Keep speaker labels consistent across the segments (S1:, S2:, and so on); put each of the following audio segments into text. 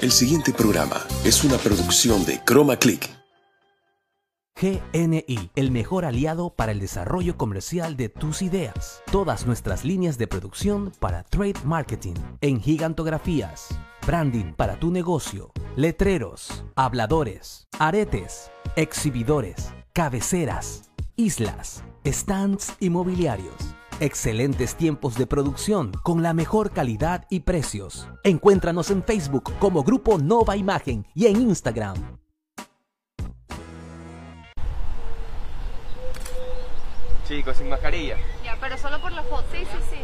S1: El siguiente programa es una producción de Chroma Click.
S2: GNI, el mejor aliado para el desarrollo comercial de tus ideas. Todas nuestras líneas de producción para trade marketing, en gigantografías, branding para tu negocio, letreros, habladores, aretes, exhibidores, cabeceras, islas, stands inmobiliarios. Excelentes tiempos de producción con la mejor calidad y precios. Encuéntranos en Facebook como Grupo Nova Imagen y en Instagram
S3: Chicos, sin mascarilla.
S4: Ya, pero solo por la foto. Sí, sí, sí.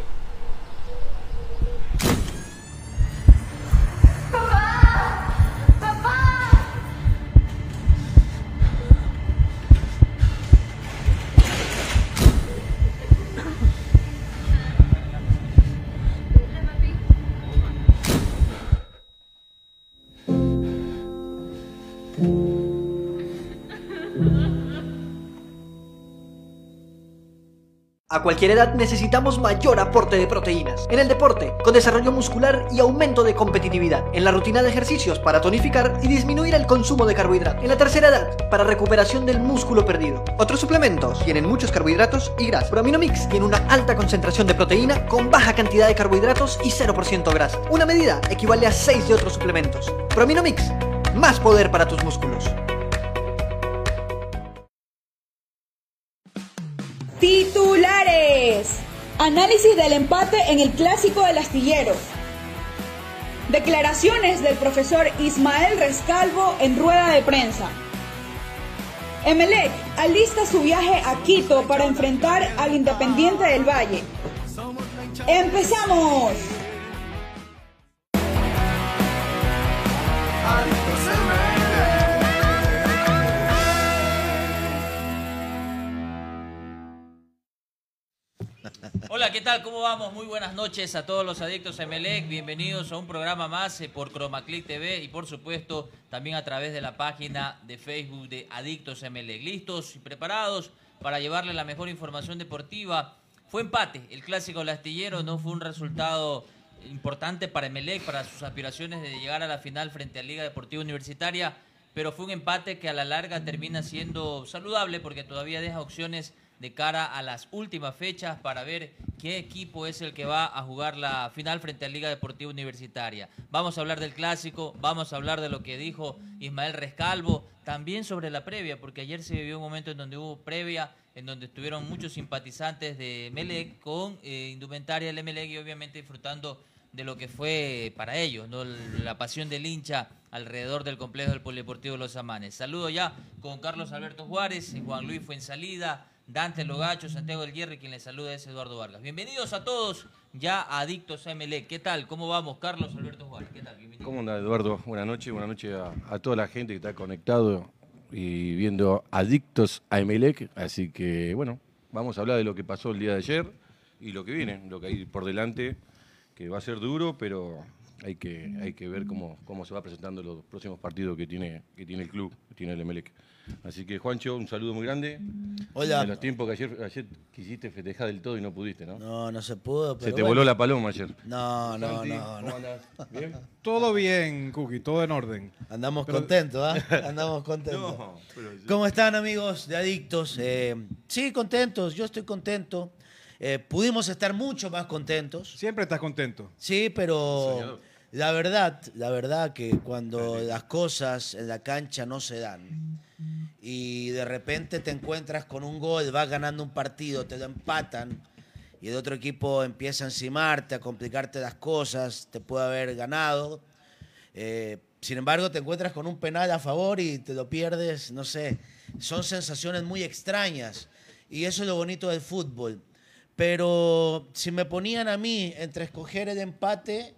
S5: A cualquier edad necesitamos mayor aporte de proteínas. En el deporte, con desarrollo muscular y aumento de competitividad. En la rutina de ejercicios, para tonificar y disminuir el consumo de carbohidratos. En la tercera edad, para recuperación del músculo perdido. Otros suplementos tienen muchos carbohidratos y grasa. Prominomix tiene una alta concentración de proteína con baja cantidad de carbohidratos y 0% grasa. Una medida equivale a 6 de otros suplementos. Prominomix, más poder para tus músculos.
S6: Titulares. Análisis del empate en el clásico del astillero. Declaraciones del profesor Ismael Rescalvo en rueda de prensa. Emelec alista su viaje a Quito para enfrentar al Independiente del Valle. ¡Empezamos!
S7: Hola, ¿qué tal? ¿Cómo vamos? Muy buenas noches a todos los adictos a Emelec. Bienvenidos a un programa más eh, por ChromaClick TV y por supuesto también a través de la página de Facebook de Adictos a Emelec. Listos y preparados para llevarles la mejor información deportiva. Fue empate, el clásico lastillero no fue un resultado importante para Emelec, para sus aspiraciones de llegar a la final frente a Liga Deportiva Universitaria, pero fue un empate que a la larga termina siendo saludable porque todavía deja opciones de cara a las últimas fechas para ver qué equipo es el que va a jugar la final frente a Liga Deportiva Universitaria. Vamos a hablar del clásico, vamos a hablar de lo que dijo Ismael Rescalvo, también sobre la previa, porque ayer se vivió un momento en donde hubo previa, en donde estuvieron muchos simpatizantes de Melec con eh, indumentaria del Melec y obviamente disfrutando de lo que fue para ellos, ¿no? la pasión del hincha alrededor del complejo del Polideportivo Los Amanes. Saludo ya con Carlos Alberto Juárez, Juan Luis Fuensalida, Dante Logacho, Santiago del Hierro y quien les saluda es Eduardo Vargas. Bienvenidos a todos ya a Adictos a MLE. ¿Qué tal? ¿Cómo vamos? Carlos Alberto Juárez, ¿qué tal? Bienvenido.
S8: ¿Cómo anda Eduardo? Buenas noches, buenas noches a, a toda la gente que está conectado y viendo Adictos a Emelec. Así que, bueno, vamos a hablar de lo que pasó el día de ayer y lo que viene, lo que hay por delante, que va a ser duro, pero hay que, hay que ver cómo, cómo se va presentando los próximos partidos que tiene, que tiene el club, que tiene el Emelec. Así que, Juancho, un saludo muy grande. De
S9: Hola.
S8: los tiempos que ayer, ayer quisiste festejar del todo y no pudiste, ¿no?
S9: No, no se pudo. Pero
S8: se te
S9: bueno.
S8: voló la paloma ayer.
S9: No, no,
S8: Santi,
S9: no.
S8: ¿cómo
S9: no.
S8: andás? ¿Bien?
S10: Todo bien, Cookie, todo en orden.
S9: Andamos contentos, ¿ah? Andamos contentos.
S8: No, pero yo-
S9: ¿Cómo están, amigos de Adictos? Eh, sí, contentos. Yo estoy contento. Eh, pudimos estar mucho más contentos.
S10: Siempre estás contento.
S9: Sí,
S8: Soñador.
S9: pero la verdad, la verdad que cuando las cosas en la cancha no se dan y de repente te encuentras con un gol, vas ganando un partido, te lo empatan y el otro equipo empieza a encimarte, a complicarte las cosas, te puede haber ganado. Eh, sin embargo, te encuentras con un penal a favor y te lo pierdes, no sé. Son sensaciones muy extrañas y eso es lo bonito del fútbol. Pero si me ponían a mí entre escoger el empate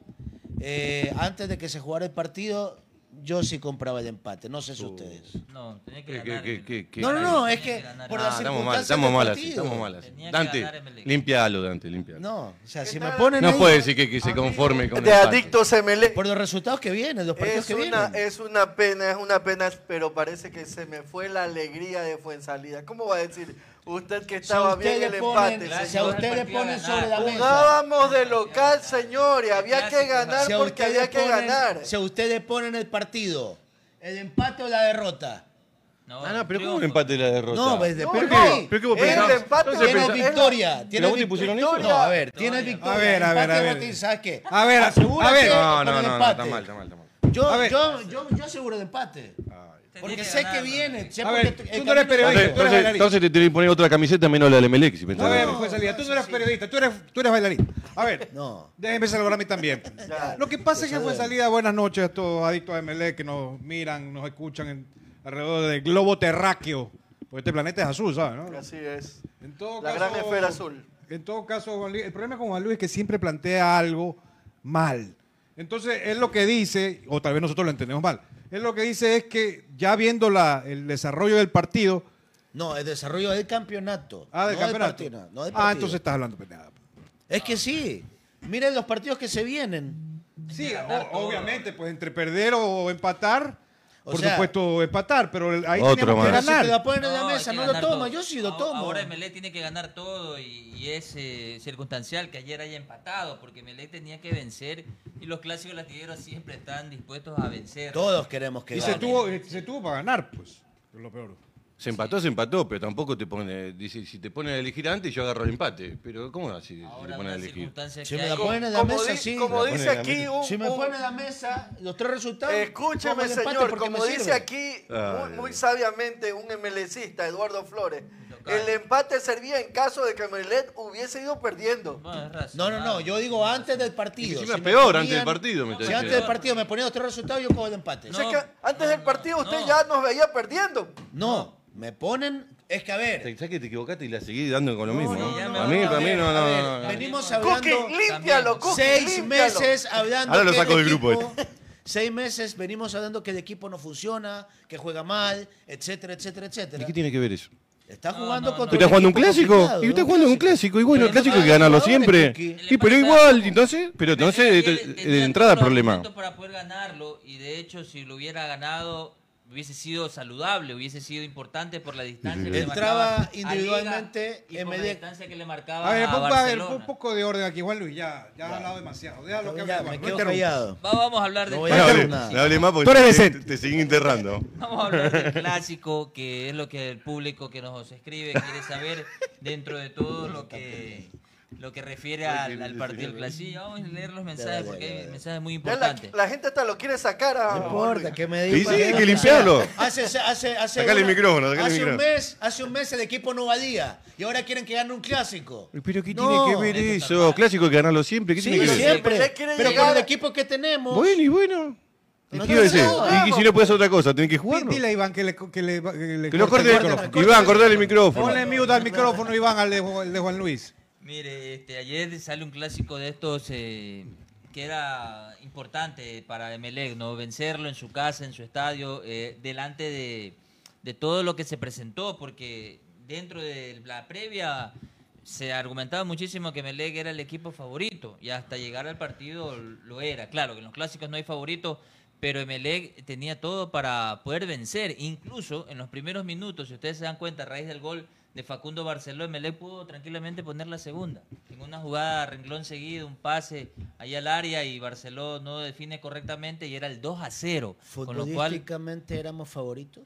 S9: eh, antes de que se jugara el partido, yo sí compraba el empate. No sé si ustedes.
S7: No, tenía que
S8: ¿Qué,
S7: ganar.
S8: qué, qué, qué?
S9: No, no, no, es
S7: Tenía
S9: que
S7: ganar.
S9: por
S8: Ah,
S9: las
S8: estamos mal,
S9: circunstancias
S8: estamos
S9: del
S8: mal así,
S9: partido.
S8: estamos mal así.
S7: Tenía que
S8: Dante,
S7: ganar Emelec.
S8: limpialo, Dante, limpialo. No,
S9: No, o sea, si me ponen ahí,
S8: puede decir que, que se conforme
S9: Ah,
S8: con
S11: de
S8: el empate.
S11: adictos ML.
S9: por los resultados que vienen, los partidos
S11: Es
S9: que
S11: una,
S9: vienen.
S11: es una pena, es una pena, pero parece que se me fue la alegría de Fuensalida. ¿Cómo va a decir Usted que
S9: Si
S11: estaba bien
S9: ustedes
S11: el
S9: ponen-
S11: empate.
S9: si a
S11: señor.
S9: ustedes ponen sobre la mesa.
S11: Jugábamos de local, señores. Había que ganar
S9: Si a
S11: porque
S9: ustedes
S11: había que
S9: ponen-
S11: ganar.
S9: Si a ustedes ponen el partido, ¿el empate o la derrota?
S7: No,
S8: Ah, no, pero ¿cómo un empate y la derrota?
S9: No, pues, depende.
S8: qué? ¿Pero qué vos
S9: Era
S8: pensás?
S9: el empate.
S8: Entonces
S9: Tienes
S8: pensás-
S9: victoria,
S8: ¿Pero
S9: tienes
S8: vos te pusieron eso?
S9: victoria. No, a ver, tienes victoria.
S10: A ver, a ver,
S9: empate
S10: a ver.
S9: no te- ¿Sabes qué?
S10: A ver, a-
S9: Asegúrate
S10: a ver.
S8: No,
S9: con
S8: no,
S9: el
S8: no, no,
S9: empate.
S8: está mal, está mal, está mal.
S9: Yo,
S10: ver.
S9: yo, yo, yo aseguro el empate. Porque sé que viene. Sé
S10: A
S9: porque
S10: ver,
S9: tu-
S10: tú
S9: el
S10: no eres
S9: camino-
S10: periodista.
S8: Entonces,
S10: tú eres
S8: entonces,
S10: bailarín.
S8: entonces te tienen que poner otra camiseta menos la del Emelec, si pensás
S10: A ver,
S8: así.
S10: pues Elías, tú no eres periodista, tú eres, tú eres bailarín. A ver,
S9: No.
S10: déjeme saludar a mí también. Lo que pasa es que fue salida, buenas noches a estos adictos a MLE que nos miran, nos escuchan en- alrededor del globo terráqueo. Porque este planeta es azul, ¿sabes? no?
S11: Así es.
S10: En todo
S11: La gran esfera azul.
S10: En todo caso, Juan Luis- el problema con Juan Luis es que siempre plantea algo mal. Entonces, él lo que dice, o tal vez nosotros lo entendemos mal, él lo que dice es que ya viendo la- el desarrollo del partido,
S9: No, el desarrollo del campeonato.
S10: ah, del
S9: no
S10: campeonato.
S9: Del partido, no, no del
S10: ah,
S9: partido.
S10: entonces estás hablando pendejada.
S9: Es que sí. Miren los partidos que se vienen.
S10: Sí,
S7: que ganar
S10: o-
S7: todo.
S10: obviamente, pues entre perder o empatar,
S9: O
S10: por
S9: sea-
S10: supuesto Pues empatar, pero el- ahí
S8: Otro
S10: tenemos que
S8: más.
S9: Pero si te la
S10: ganar.
S9: ponen en la
S7: hay
S9: mesa,
S7: que
S9: no lo
S7: ganar
S9: toma.
S7: todo.
S9: Yo sí lo
S7: A-
S9: tomo.
S7: Ahora Melec tiene que ganar todo y, y es eh, circunstancial que ayer haya empatado, porque Melec tenía que vencer y los clásicos latilleros siempre están dispuestos a vencer.
S9: Todos queremos que
S10: Y se
S9: gane.
S10: tuvo, se tuvo para ganar, pues. es Lo peor.
S8: Se empató, se empató, pero tampoco te pone. Dice, si te ponen a elegir antes, yo agarro el empate. Pero ¿cómo así si te
S7: Ahora
S8: ponen a
S7: las
S8: elegir?
S7: circunstancias
S9: Si
S7: que
S9: me
S7: hay-
S9: la ponen en la
S11: Como,
S9: mesa,
S11: di-
S9: sí.
S11: como dice
S8: La ponen en la
S11: aquí
S8: mesa.
S11: un,
S9: Si me
S11: un-
S9: ponen en la mesa los tres resultados. pongo
S11: Escúcheme,
S9: el empate
S11: señor,
S9: porque me
S11: como dice
S9: sirve.
S11: aquí
S8: Ay,
S11: muy, muy
S8: Dios.
S11: sabiamente un emelecista, Eduardo Flores,
S7: Total.
S11: el empate servía en caso de que Emelec hubiese ido perdiendo.
S7: Bueno, es razonable.
S9: No, no, no. Yo digo antes del partido.
S8: Encima
S9: me
S8: peor,
S9: ponían-
S8: antes del partido, me está
S9: Si antes
S8: diciendo.
S9: del partido me ponían los tres resultados, yo cojo el empate.
S11: O sea
S7: No,
S11: que antes
S7: no,
S11: del
S7: no,
S11: partido usted
S7: no.
S11: ya nos veía perdiendo.
S9: No, me ponen. Es que a ver.
S8: ¿Sabes que te equivocaste y la seguís dando con lo mismo?
S7: no,
S8: ¿eh?
S7: no,
S8: a mí,
S7: no,
S8: para mí, no,
S9: a
S8: no,
S9: ver,
S8: no, no.
S9: Venimos
S11: Cookie,
S9: hablando
S11: límpialo, Cookie.
S9: seis
S11: límpialo.
S9: meses hablando.
S8: Ahora lo
S9: que
S8: saco
S9: el
S8: del grupo, eh.
S9: equipo- Seis meses venimos hablando que el equipo no funciona, que juega mal, etcétera, etcétera,
S8: ¿Y
S9: etcétera.
S8: qué tiene que ver eso?
S9: Está
S7: No,
S9: jugando
S7: no,
S8: ¿Tú
S9: contra
S8: estás jugando un
S9: equipo
S8: clásico?
S9: complicado,
S8: ¿Y usted jugando un clásico? Y bueno, el
S9: Pero
S8: clásico hay que
S9: no,
S8: ganarlo
S9: jugadores,
S8: siempre.
S9: Cookie.
S8: Y pero igual, entonces. Pero entonces,
S7: Ayer
S8: de,
S7: tenía
S8: de entrada,
S7: todos los
S8: problema.
S7: argumentos para poder ganarlo y de hecho si lo hubiera ganado hubiese sido saludable, hubiese sido importante por la distancia que
S9: Entraba
S7: le marcaba a Liga
S9: individualmente
S7: y por la
S9: MD.
S7: distancia que le marcaba
S10: A ver,
S7: a
S10: pon- a ver, pon
S7: Barcelona.
S10: un poco de orden aquí, Juan Luis. Ya, ya has hablado demasiado. Déjalo que hable,
S9: Ya,
S10: Juan,
S9: me
S10: no
S9: quedo
S10: interrumpas.
S9: callado.
S7: Va- vamos a hablar de
S9: No voy a
S8: No
S9: Bueno,
S8: hable,
S9: hacer nada.
S8: no hable más porque
S10: Tú eres
S8: te,
S10: decente.
S8: te siguen enterrando.
S7: Vamos a hablar del clásico, que es lo que el público que nos escribe quiere saber dentro de todo lo que lo que refiere al, al partido del clásico. Vamos a leer los mensajes
S9: dale,
S7: porque
S9: dale,
S7: hay
S9: dale.
S7: mensajes muy
S11: Ya la,
S7: importantes.
S11: la gente hasta lo quiere sacar a...
S9: No importa, que me
S8: Sí,
S9: diga.
S8: sí,
S9: Pero
S8: hay que
S9: lo
S8: limpiarlo.
S9: sea. Hace, hace, hace, hace
S8: Sacale el micrófono, sacale el
S9: hace
S8: micrófono.
S9: Un mes, hace un mes el equipo no valía. Y ahora quieren que gane un clásico.
S8: Pero ¿qué
S9: No.
S8: tiene que ver eso? Clásico hay que ganarlo siempre. ¿Qué
S9: Sí,
S8: tiene que ver?
S9: siempre.
S11: Pero quiere
S9: Pero con
S11: llegar-
S9: el equipo que tenemos.
S8: Bueno, y bueno. ¿Y
S9: No
S8: qué
S9: tiene
S8: iba a decir?
S9: nada.
S8: Y, y si no puedes hacer otra cosa, tenés que
S10: Dile-
S8: jugarlo.
S10: Dile a Iván que le, co- que le, que le
S8: Que lo
S10: corte
S8: corte
S10: el
S8: el
S10: micrófono.
S8: Iván, cortale el micrófono.
S10: Ponle mute al micrófono, Iván, al de, Ju- al de Juan Luis.
S7: Mire, este, ayer sale un clásico de estos eh, que era importante para Emelec, ¿no? Vencerlo en su casa, en su estadio, eh, delante de, de todo lo que se presentó, porque dentro de la previa se argumentaba muchísimo que Emelec era el equipo favorito y hasta llegar al partido lo era. Claro, que en los clásicos no hay favorito, pero Emelec tenía todo para poder vencer. Incluso en los primeros minutos, si ustedes se dan cuenta, a raíz del gol de Facundo Barceló, Emelec pudo tranquilamente poner la segunda. En una jugada, renglón seguido, un pase ahí al área y Barceló no define correctamente y era el 2 a 0. Con lo cual.
S9: Futbolísticamente éramos favoritos.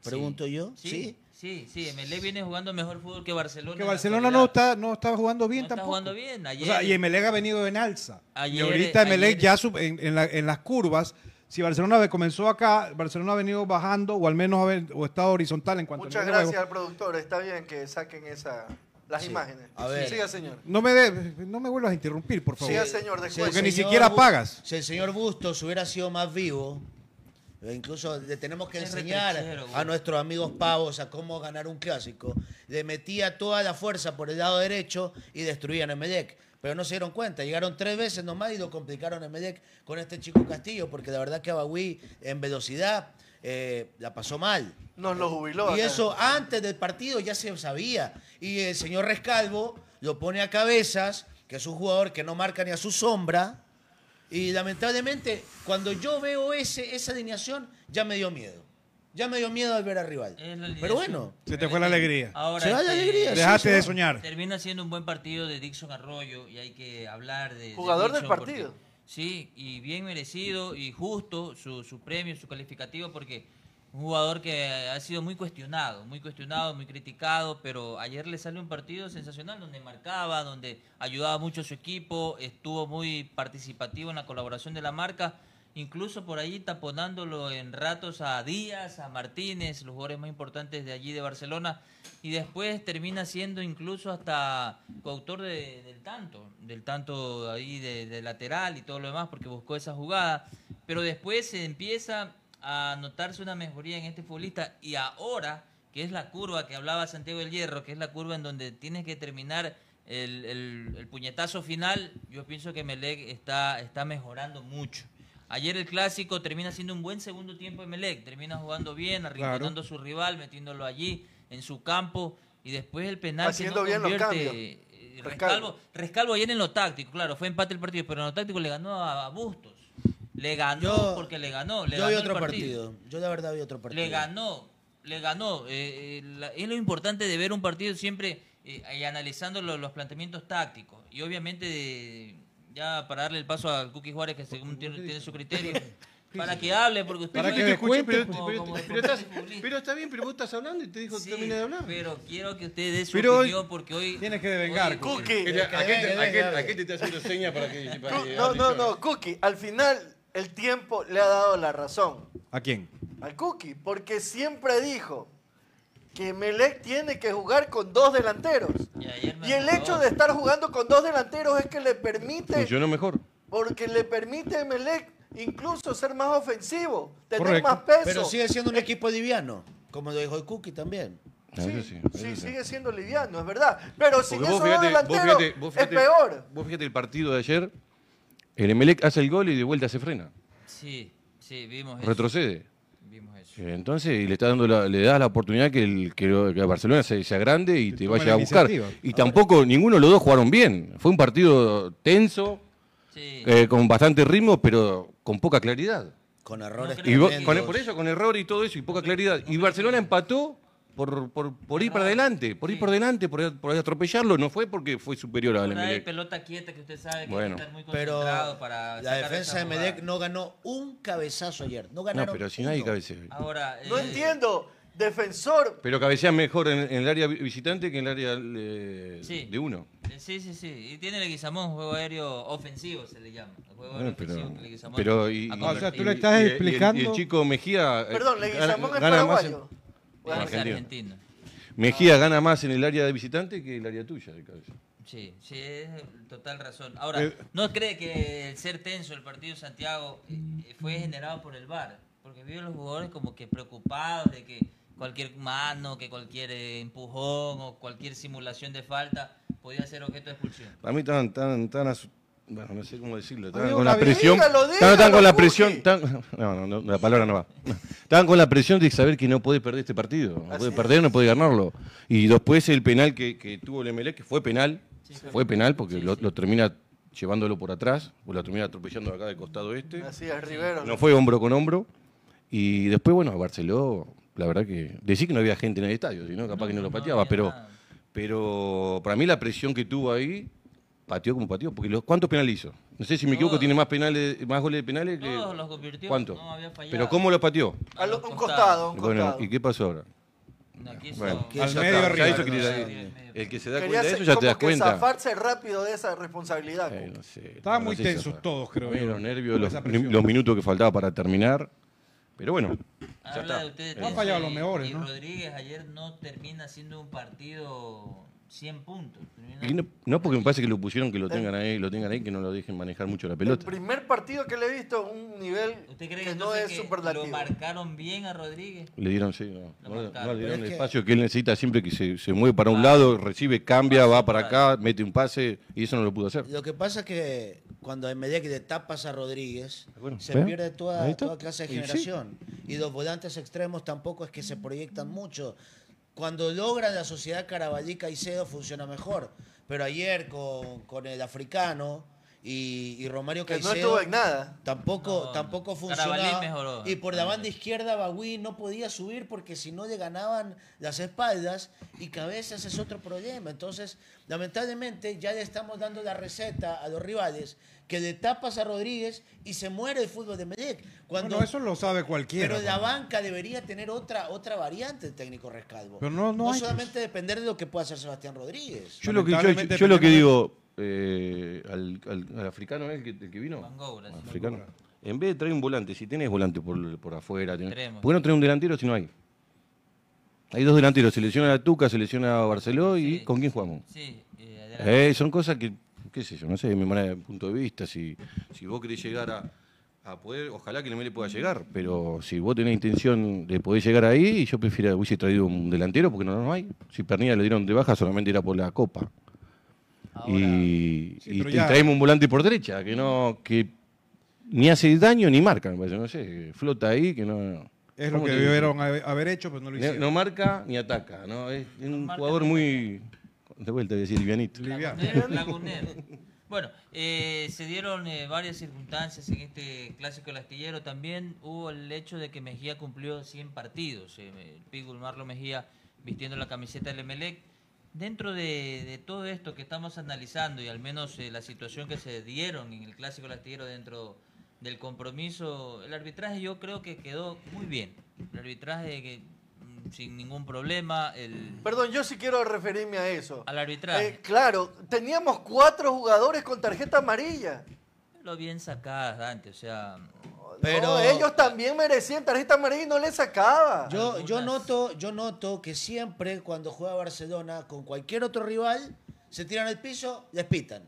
S7: sí.
S9: Pregunto yo.
S7: Sí,
S9: Sí.
S7: sí, sí. Emelec viene jugando mejor fútbol que Barcelona.
S10: Que
S7: en la
S10: Barcelona no
S7: actualidad.
S10: está, no está jugando bien
S7: No está
S10: tampoco.
S7: jugando bien. Ayer-
S10: O sea, y Emelec ha venido en alza. y
S7: Ayer-
S10: ahorita Emelec
S7: ayer-
S10: ya sub- en, en la- en las curvas. Si Barcelona comenzó acá, Barcelona ha venido bajando o al menos ha ven- o está horizontal en cuanto a
S11: Muchas
S10: nivel de
S11: gracias
S10: juego.
S11: al productor. Está bien que saquen esa, las imágenes.
S9: A ver.
S11: Siga, señor.
S10: No me, de- no me vuelvas a interrumpir, por favor.
S11: Siga, señor.
S9: Si el
S11: Después.
S10: Porque ni
S9: señor
S10: siquiera
S9: Bu-
S10: pagas.
S9: Si el señor Bustos hubiera sido más vivo, eh, incluso le tenemos que
S7: Es
S9: enseñar
S7: retrechero, güey.
S9: a nuestros amigos pavos a cómo ganar un clásico. Le metía toda la fuerza por el lado derecho y destruían a Medec. Pero no se dieron cuenta, llegaron tres veces nomás y lo complicaron a Medec con este chico Castillo, porque la verdad que Abagüí en velocidad eh, la pasó mal.
S11: Nos lo jubiló.
S9: Y
S11: acá.
S9: eso antes del partido ya se sabía. Y el señor Rescalvo lo pone a cabezas, que es un jugador que no marca ni a su sombra. Y lamentablemente, cuando yo veo ese, esa alineación, ya me dio miedo. Ya me dio miedo al ver a rival. Pero bueno.
S10: Se te fue la alegría.
S7: Ahora,
S9: Se va la
S7: este,
S9: alegría. sí,
S10: Dejaste
S9: se va.
S10: de soñar.
S7: Termina siendo un buen partido de Dixon Arroyo y hay que hablar de. de
S11: Jugador del
S7: Dixon porque-
S11: partido.
S7: sí, y bien merecido y justo su, su premio, su calificativo, porque un jugador que ha sido muy cuestionado, muy cuestionado, muy criticado, pero ayer le salió un partido sensacional donde marcaba, donde ayudaba mucho a su equipo, estuvo muy participativo en la colaboración de la marca. Incluso por ahí taponándolo en ratos a Díaz, a Martínez, los jugadores más importantes de allí de Barcelona y después termina siendo incluso hasta coautor de- del tanto, del tanto ahí de, de lateral y todo lo demás, porque buscó esa jugada. Pero después se empieza a notarse una mejoría en este futbolista y ahora, que es la curva que hablaba Santiago del Hierro, que es la curva en donde tienes que terminar el, el- el puñetazo final, yo pienso que Melec está, está mejorando mucho. Ayer el clásico termina siendo un buen segundo tiempo de Melec, termina jugando bien, arrinconando a su rival, metiéndolo allí en su campo y después el penal
S11: Haciendo
S7: que
S11: bien
S7: no
S11: los
S7: convierte.
S11: cambios.
S7: eh, Rescalvo, Rescalvo ayer en lo táctico, claro, fue empate el partido, pero en lo táctico le ganó a a Bustos. Le ganó
S9: Yo-
S7: porque le ganó. Le
S9: yo
S7: ganó
S9: vi
S7: el
S9: otro
S7: partido.
S9: partido. Yo la verdad vi otro partido.
S7: Le ganó, le ganó. Eh, eh, la- es lo importante de ver un partido siempre eh, y analizando lo- los planteamientos tácticos. Y obvimente, de- ya para darle el paso al Cookie Juárez, que según tiene, tiene su criterio, para que hable, porque usted
S10: Para
S7: no
S10: que
S7: es
S10: te
S7: como-
S10: cuente,
S7: como-
S10: pero-
S7: como-
S8: Pero, estás- pero está bien, pero vos estás hablando y te dijo
S7: Sí,
S8: que termine de hablar.
S7: Pero quiero que usted dé su
S10: Pero hoy
S7: opinión porque hoy.
S10: Tienes que devengar.
S7: hoy-
S11: Cookie. eh,
S8: Mira, ¿A qué te- a qué- a qué te está haciendo señas para que.? para
S11: Cu-
S8: que
S11: No,
S8: hable
S11: no,
S8: yo?
S11: no, Cookie. Al final, el tiempo le ha dado la razón
S10: ¿A quién?
S11: al Cookie, porque siempre dijo que Melec tiene que jugar con dos delanteros.
S7: Y, ayer me
S11: Y el
S7: acordó.
S11: hecho de estar jugando con dos delanteros es que le permite
S8: Funcionó mejor.
S11: Porque le permite a Emelec incluso ser más ofensivo, tener
S10: Correcto.
S11: más peso.
S9: Pero sigue siendo un equipo liviano. Como lo dijo el Cookie también.
S8: Eso
S11: Sí,
S8: sí,
S11: sí,
S8: eso sí.
S11: sigue siendo liviano, es verdad. Pero sin
S8: Porque
S11: esos dos
S8: vos fíjate, vos
S11: delanteros
S8: fíjate- vos fíjate-
S11: es peor.
S8: Vos fíjate el partido de ayer. El Emelec hace el gol y de vuelta se frena.
S7: Sí, sí, vimos eso.
S8: Retrocede.
S7: Vimos eso.
S8: Entonces y le está dando la- le das la oportunidad que, el, que, lo- que Barcelona se, se agrande y te
S10: toma
S8: vaya
S10: la
S8: a buscar.
S10: iniciativa.
S8: Y tampoco ninguno de los dos jugaron bien. Fue un partido tenso,
S7: Sí.
S8: eh, con bastante ritmo, pero con poca claridad.
S9: Con errores.
S7: No
S8: Y
S7: creo
S8: vos-
S9: tremendos.
S8: con- por eso, con error y todo eso, y poca claridad. Y Barcelona empató por, por, por ir para adelante, por ir por delante, por, por atropellarlo. No fue porque fue superior al
S7: Por ahí,
S8: Emelec.
S7: pelota quieta que usted sabe que
S8: Bueno.
S7: hay que estar muy
S9: Pero
S7: concentrado
S9: la
S7: para sacar
S9: defensa
S7: esa
S9: de
S7: jugada.
S9: Medec no ganó un cabezazo ayer. No
S8: No,
S9: ganaron
S8: pero si nadie
S9: uno.
S8: cabecea.
S7: Ahora,
S11: No
S7: eh,
S11: entiendo, defensor.
S8: Pero cabecea mejor en, en el área vi- visitante que en el área eh,
S7: Sí.
S8: de uno.
S7: eh, Sí, sí, sí. Y tiene Leguizamón, juego aéreo ofensivo se le llama. El juego aéreo
S8: Bueno, Ah, pero,
S7: ofensivo que Leguizamón
S8: pero
S7: ha
S8: y,
S10: O
S8: y-
S10: sea, tú
S7: convertido.
S10: le estás
S8: y- y- y el- Y el,
S10: explicando-
S8: chico Mejía. eh,
S11: Perdón, Leguizamón es
S8: más
S11: paraguayo.
S8: en-
S7: Es
S8: Argentino.
S7: argentino.
S8: Mejía gana más en el área de visitante que el área tuya de cabeza.
S7: Sí, sí, es total razón. Ahora,
S10: Eh,
S7: ¿no cree que el ser tenso del partido de Santiago eh, eh, fue generado por el VAR? Porque vio a los jugadores como que preocupados de que cualquier mano, que cualquier eh, empujón o cualquier simulación de falta podía ser objeto de expulsión.
S8: Para mí tan, tan, tan asu- bueno, no sé cómo decirlo, estaban
S10: Había
S8: con
S10: una
S8: la
S10: vida.
S8: presión,
S11: Dígalo,
S8: estaban tan
S11: dígalo,
S8: con la
S11: Cuqui.
S8: presión, estaban- no, no, no, la palabra no va. Estaban con la presión de saber que no puede perder este partido, no puede perder, no puede ganarlo. Y después el penal que, que tuvo el Emelec, que fue penal, fue penal porque
S7: Sí,
S8: lo,
S7: sí.
S8: lo termina llevándolo por atrás, o lo termina atropellando acá del costado este.
S11: Así es, Rivero.
S8: No fue hombro con hombro. Y después, bueno, a Barceló, la verdad que. Decir que no había gente en el estadio, sino capaz que no lo
S7: no
S8: pateaba,
S7: había
S8: pero,
S7: nada.
S8: pero para mí la presión que tuvo ahí, pateó como pateó, porque los, ¿cuántos penales hizo? No sé si me equivoco,
S7: Todos.
S8: tiene más penales, más goles de penales que.
S7: Todos los convirtió,
S8: ¿Cuánto?
S7: no había fallado.
S8: pero ¿cómo los pateó?
S11: A lo-
S7: a los
S11: un costado, un
S8: Bueno,
S11: costado.
S8: ¿y qué pasó ahora?
S7: No quiso-
S8: Bueno,
S9: Que
S10: Al
S9: ya
S10: medio
S9: está,
S10: arriba.
S9: ya eso
S8: que
S9: no
S8: le da-
S9: sabe.
S8: el que se da
S11: Quería
S8: cuenta de eso
S11: hacer-
S8: ya te
S11: como
S8: das
S11: que
S8: cuenta. Eh,
S11: zafarse rápido de esa responsabilidad.
S8: Ay, no sé,
S10: Estaban
S8: no
S10: muy
S8: sé,
S10: tensos
S8: zafar.
S10: todos, creo
S8: Bueno,
S10: yo.
S8: Los
S10: Con
S8: nervios, los-
S10: esa presión.
S8: los minutos que faltaba para terminar. Pero bueno,
S7: Habla de ustedes
S10: No han
S7: tres,
S10: fallado
S7: y-
S10: los mejores,
S7: y
S10: ¿no?
S7: Rodríguez ayer no termina siendo un partido 100 puntos. Termina-
S8: Y no, no, porque me parece que lo pusieron que lo tengan ahí, lo tengan ahí, que no lo dejen manejar mucho la
S11: El
S8: pelota.
S11: primer partido que le he visto un nivel
S7: ¿Usted cree
S11: que
S7: que,
S11: no
S7: entonces
S11: es
S7: que
S11: superlativo.
S7: lo marcaron bien a Rodríguez?
S8: Le dieron, sí, no,
S7: Lo
S8: no le-
S7: marcaron.
S8: no
S9: Pero
S8: le dieron
S9: es
S8: el
S9: que-
S8: espacio que él necesita siempre que se, se mueve para un lado, recibe, cambia, va para acá, mete un pase y eso no lo pudo hacer.
S9: Lo que pasa es que cuando a medida que le tapas a Rodríguez,
S8: Ah, Bueno,
S9: se
S8: ¿ve?
S9: pierde
S8: Ahí
S9: toda,
S8: está.
S9: toda clase de
S8: Y sí.
S9: generación. Y los volantes extremos tampoco es que se proyectan mucho. Cuando logran la sociedad Carabalí Caicedo funciona mejor. Pero ayer con, con el africano y, y Romario
S11: Que no
S9: Caicedo
S11: estuvo en nada.
S9: Tampoco,
S11: No,
S9: tampoco
S11: Carabalí
S9: funcionaba.
S11: mejoró.
S9: Y por la banda izquierda, Bagui no podía subir porque si no le ganaban las espaldas y cabezas es otro problema. Entonces, lamentablemente, ya le estamos dando la receta a los rivales que le tapas a Rodríguez y se muere el fútbol de Medellín. Cuando,
S10: Bueno, eso lo sabe cualquiera.
S9: pero la
S10: Juan.
S9: banca debería tener otra, otra variante el técnico Rescalvo.
S10: Pero no- no hay, pues.
S9: solamente depender de lo que pueda hacer Sebastián Rodríguez.
S8: Yo lo que, yo,
S10: Lamentablemente
S8: yo lo que
S10: tenemos-
S8: digo eh, al, al- al africano, ¿es el que, el que vino?
S7: Ah.
S8: Africano. En vez de traer un volante, si tenés volante por, por afuera, tenés-
S7: Extremo.
S8: ¿por qué no traer un delantero si no hay? Hay dos delanteros, se lesiona a Tuca, se lesiona a Barceló y ¿con quién jugamos?
S7: Sí, eh, adelante.
S8: Eh, son cosas que, qué sé yo, no sé, de mi manera de punto de vista, si, si vos querés llegar a, a poder, ojalá que no me le pueda llegar, pero si vos tenés intención de poder llegar ahí, yo prefiero, hubiese traído un delantero porque no, no hay. Si Pernilla lo dieron de baja, solamente era por la copa. y y,
S10: pero
S8: y
S10: ya-
S8: traemos un volante por derecha, que no, que ni hace daño ni marca, me parece, no sé, flota ahí, que no...
S10: Es lo
S8: ¿Cómo
S10: que
S8: te digo?
S10: debieron haber haber hecho, pero no lo
S8: No,
S10: hicieron.
S8: no marca ni ataca, ¿no? Es, es un jugador muy... De vuelta voy a decir, livianito.
S7: Lagunero, Lagunero. Bueno, eh, se dieron eh, varias circunstancias en este clásico del astillero. También hubo el hecho de que Mejía cumplió 100 partidos. eh, el Pigul Marlo Mejía vistiendo la camiseta del Emelec. Dentro de, de todo esto que estamos analizando y al menos eh, la situación que se dieron en el clásico del astillero dentro del compromiso, el arbitraje yo creo que quedó muy bien. El arbitraje que, mm, sin ningún problema. El,
S11: Perdón, yo sí quiero referirme a eso.
S7: al arbitraje.
S11: Eh, claro, teníamos cuatro jugadores con tarjeta amarilla.
S7: Lo bien sacadas, Dante, o sea.
S9: Pero-
S11: No, ellos también merecían tarjeta amarilla y no le sacaba.
S9: Yo, yo, noto, yo noto que siempre cuando juega Barcelona con cualquier otro rival, se tiran al piso, les pitan.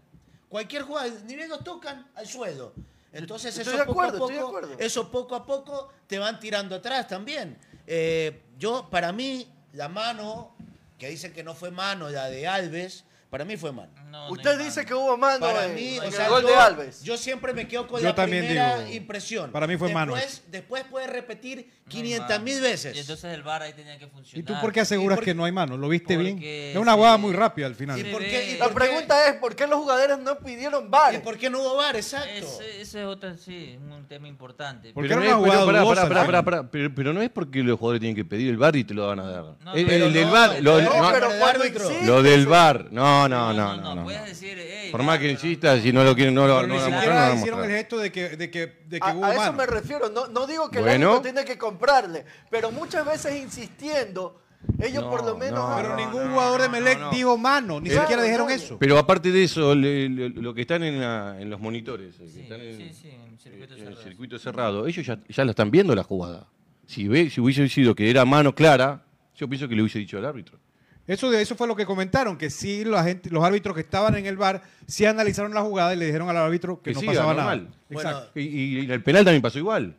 S9: Cualquier jugada, ni bien los tocan, al suelo. Entonces
S11: Estoy
S9: eso,
S11: de
S9: poco
S11: acuerdo, estoy de
S9: a poco,
S11: acuerdo.
S9: eso poco a poco te van tirando atrás también. Eh, yo, para mí, la mano, que dicen que no fue mano, la de Alves, para mí fue mano.
S11: Usted dice que hubo mano
S9: Para
S11: en,
S9: mí,
S11: en
S9: o
S11: el
S9: sea,
S11: gol
S9: yo,
S11: de Alves.
S9: yo siempre me quedo con
S10: Yo
S9: la
S10: también
S9: primera
S10: digo,
S9: impresión.
S10: para mí fue mano.
S9: Después, después puedes repetir
S7: mano.
S9: 500 mil veces.
S7: Y entonces ah, el bar ahí tenía que
S10: ¿Y
S7: funcionar.
S10: tú por qué aseguras que no hay mano? ¿Lo viste bien?
S7: porque
S10: Es una
S7: se-
S10: jugada muy rápida al final.
S7: se ve-
S11: La pregunta es, ¿por qué los jugadores no pidieron VAR?
S9: ¿Y por qué no hubo VAR? Exacto.
S7: Ese, ese es otro, sí, un tema importante.
S10: Porque
S8: Pero
S10: era
S8: no
S10: una
S8: es- pero
S10: jugada
S8: pará, pará,
S10: dudosa,
S8: pará,
S10: ¿no?
S8: pará, pará, pero- pero no es porque los jugadores tienen que pedir el bar y te lo van a dar.
S7: No,
S8: el,
S7: pero
S8: el del
S7: no,
S8: bar, lo,
S7: pero
S8: no,
S11: pero
S9: el
S11: cuando
S9: árbitro.
S11: existe-
S8: lo del bar. No, no, no,
S7: no,
S8: no. no.
S7: puedes decir, "Ey,
S8: Por
S7: bar,
S8: más que
S7: pero-
S8: insistas, si no lo quieren, no lo,
S10: Pero ni
S8: no lo van a
S10: siquiera
S8: mostrar, no lo van a
S10: hicieron el
S8: mostrar.
S10: gesto de que, de que, de que
S11: A,
S10: hubo
S11: a eso
S10: mano.
S11: me refiero, no, no digo que el
S8: Bueno.
S11: árbitro tiene que comprarle, pero muchas veces insistiendo, ellos
S8: No,
S11: por lo menos...
S8: no,
S11: ah,
S10: Pero
S8: no,
S10: ningún jugador de Melec
S8: no, no.
S10: dijo mano, ni
S8: Eh,
S10: siquiera dijeron
S11: nadie.
S10: eso.
S8: Pero aparte de eso, le- le- lo que están en, la- en los monitores, eh, que
S7: Sí,
S8: están en,
S7: sí, sí, en circuito
S8: en el
S7: cerrado.
S8: circuito cerrado, ellos ya, ya la están viendo la jugada. Si, ve, si hubiese sido que era mano clara, yo pienso que le hubiese dicho al árbitro.
S10: Eso de eso fue lo que comentaron, que sí la gente, los árbitros que estaban en el bar sí analizaron la jugada y le dijeron al árbitro que,
S8: Que
S10: no
S8: siga,
S10: pasaba
S8: normal.
S10: nada.
S9: Bueno,
S10: Exacto.
S8: Y, y- y el penal también pasó igual.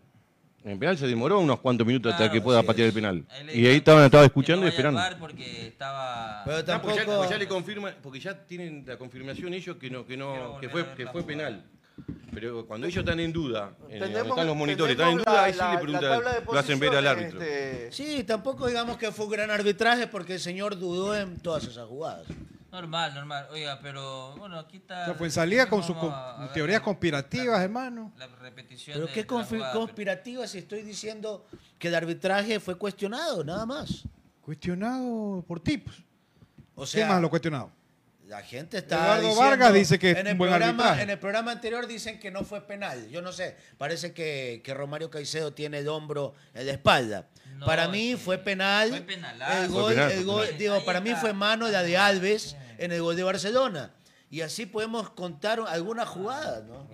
S8: El penal se demoró unos cuantos minutos hasta
S7: Claro,
S8: que pueda
S9: así
S8: patear el
S9: es.
S8: penal.
S7: Ahí le
S8: y ahí
S7: dijeron
S8: estaban, estaba
S7: que
S8: escuchando
S7: no
S8: y
S7: vaya al
S8: esperando.
S7: bar porque estaba.
S9: Pero
S8: Ah, porque ya-
S9: tampoco.
S8: porque ya, le confirma, porque ya tienen la confirmación ellos que no, que no, que fue, que fue penal. Pero cuando ellos están en duda, en- donde
S11: tenemos-
S8: están los monitores, están en
S11: tenemos
S8: duda,
S11: la-
S8: ahí sí
S11: la-
S8: le
S11: la tabla de
S8: preguntan, lo hacen ver al
S11: posiciones,
S8: árbitro.
S11: este,
S9: Sí, tampoco digamos que fue un gran arbitraje porque el señor dudó en todas esas jugadas.
S7: Normal, normal. Oiga, pero bueno, aquí está.
S10: O sea, fue en salida con sus
S7: Vamos
S10: con-
S7: a- a ver
S10: teorías
S7: la-
S10: conspirativas, hermano.
S7: La repetición.
S9: Pero
S7: de-
S9: qué
S7: de la
S9: confi-
S7: jugada, pero-
S9: conspirativa si estoy diciendo que el arbitraje fue cuestionado, nada más.
S10: Cuestionado por tipos.
S9: O
S10: ¿Quién
S9: sea,
S10: más lo cuestionado?
S9: la gente está.
S10: Eduardo
S9: diciendo-
S10: Vargas dice que es
S9: en
S10: un
S9: el
S10: buen
S9: programa,
S10: arbitraje.
S9: En el programa anterior dicen que no fue penal. Yo no sé. Parece que, que Romario Caicedo tiene el hombro en la espalda.
S7: No,
S9: para mí
S7: sí.
S9: fue penal.
S7: Fue penalazo.
S9: el
S8: Fue
S9: gol,
S8: penal,
S9: el
S8: fue
S9: gol-
S7: penal.
S9: digo,
S7: Ahí
S9: para mí
S7: está.
S9: fue mano la de Alves en el gol de Barcelona. Y así podemos contar algunas jugadas, ¿no?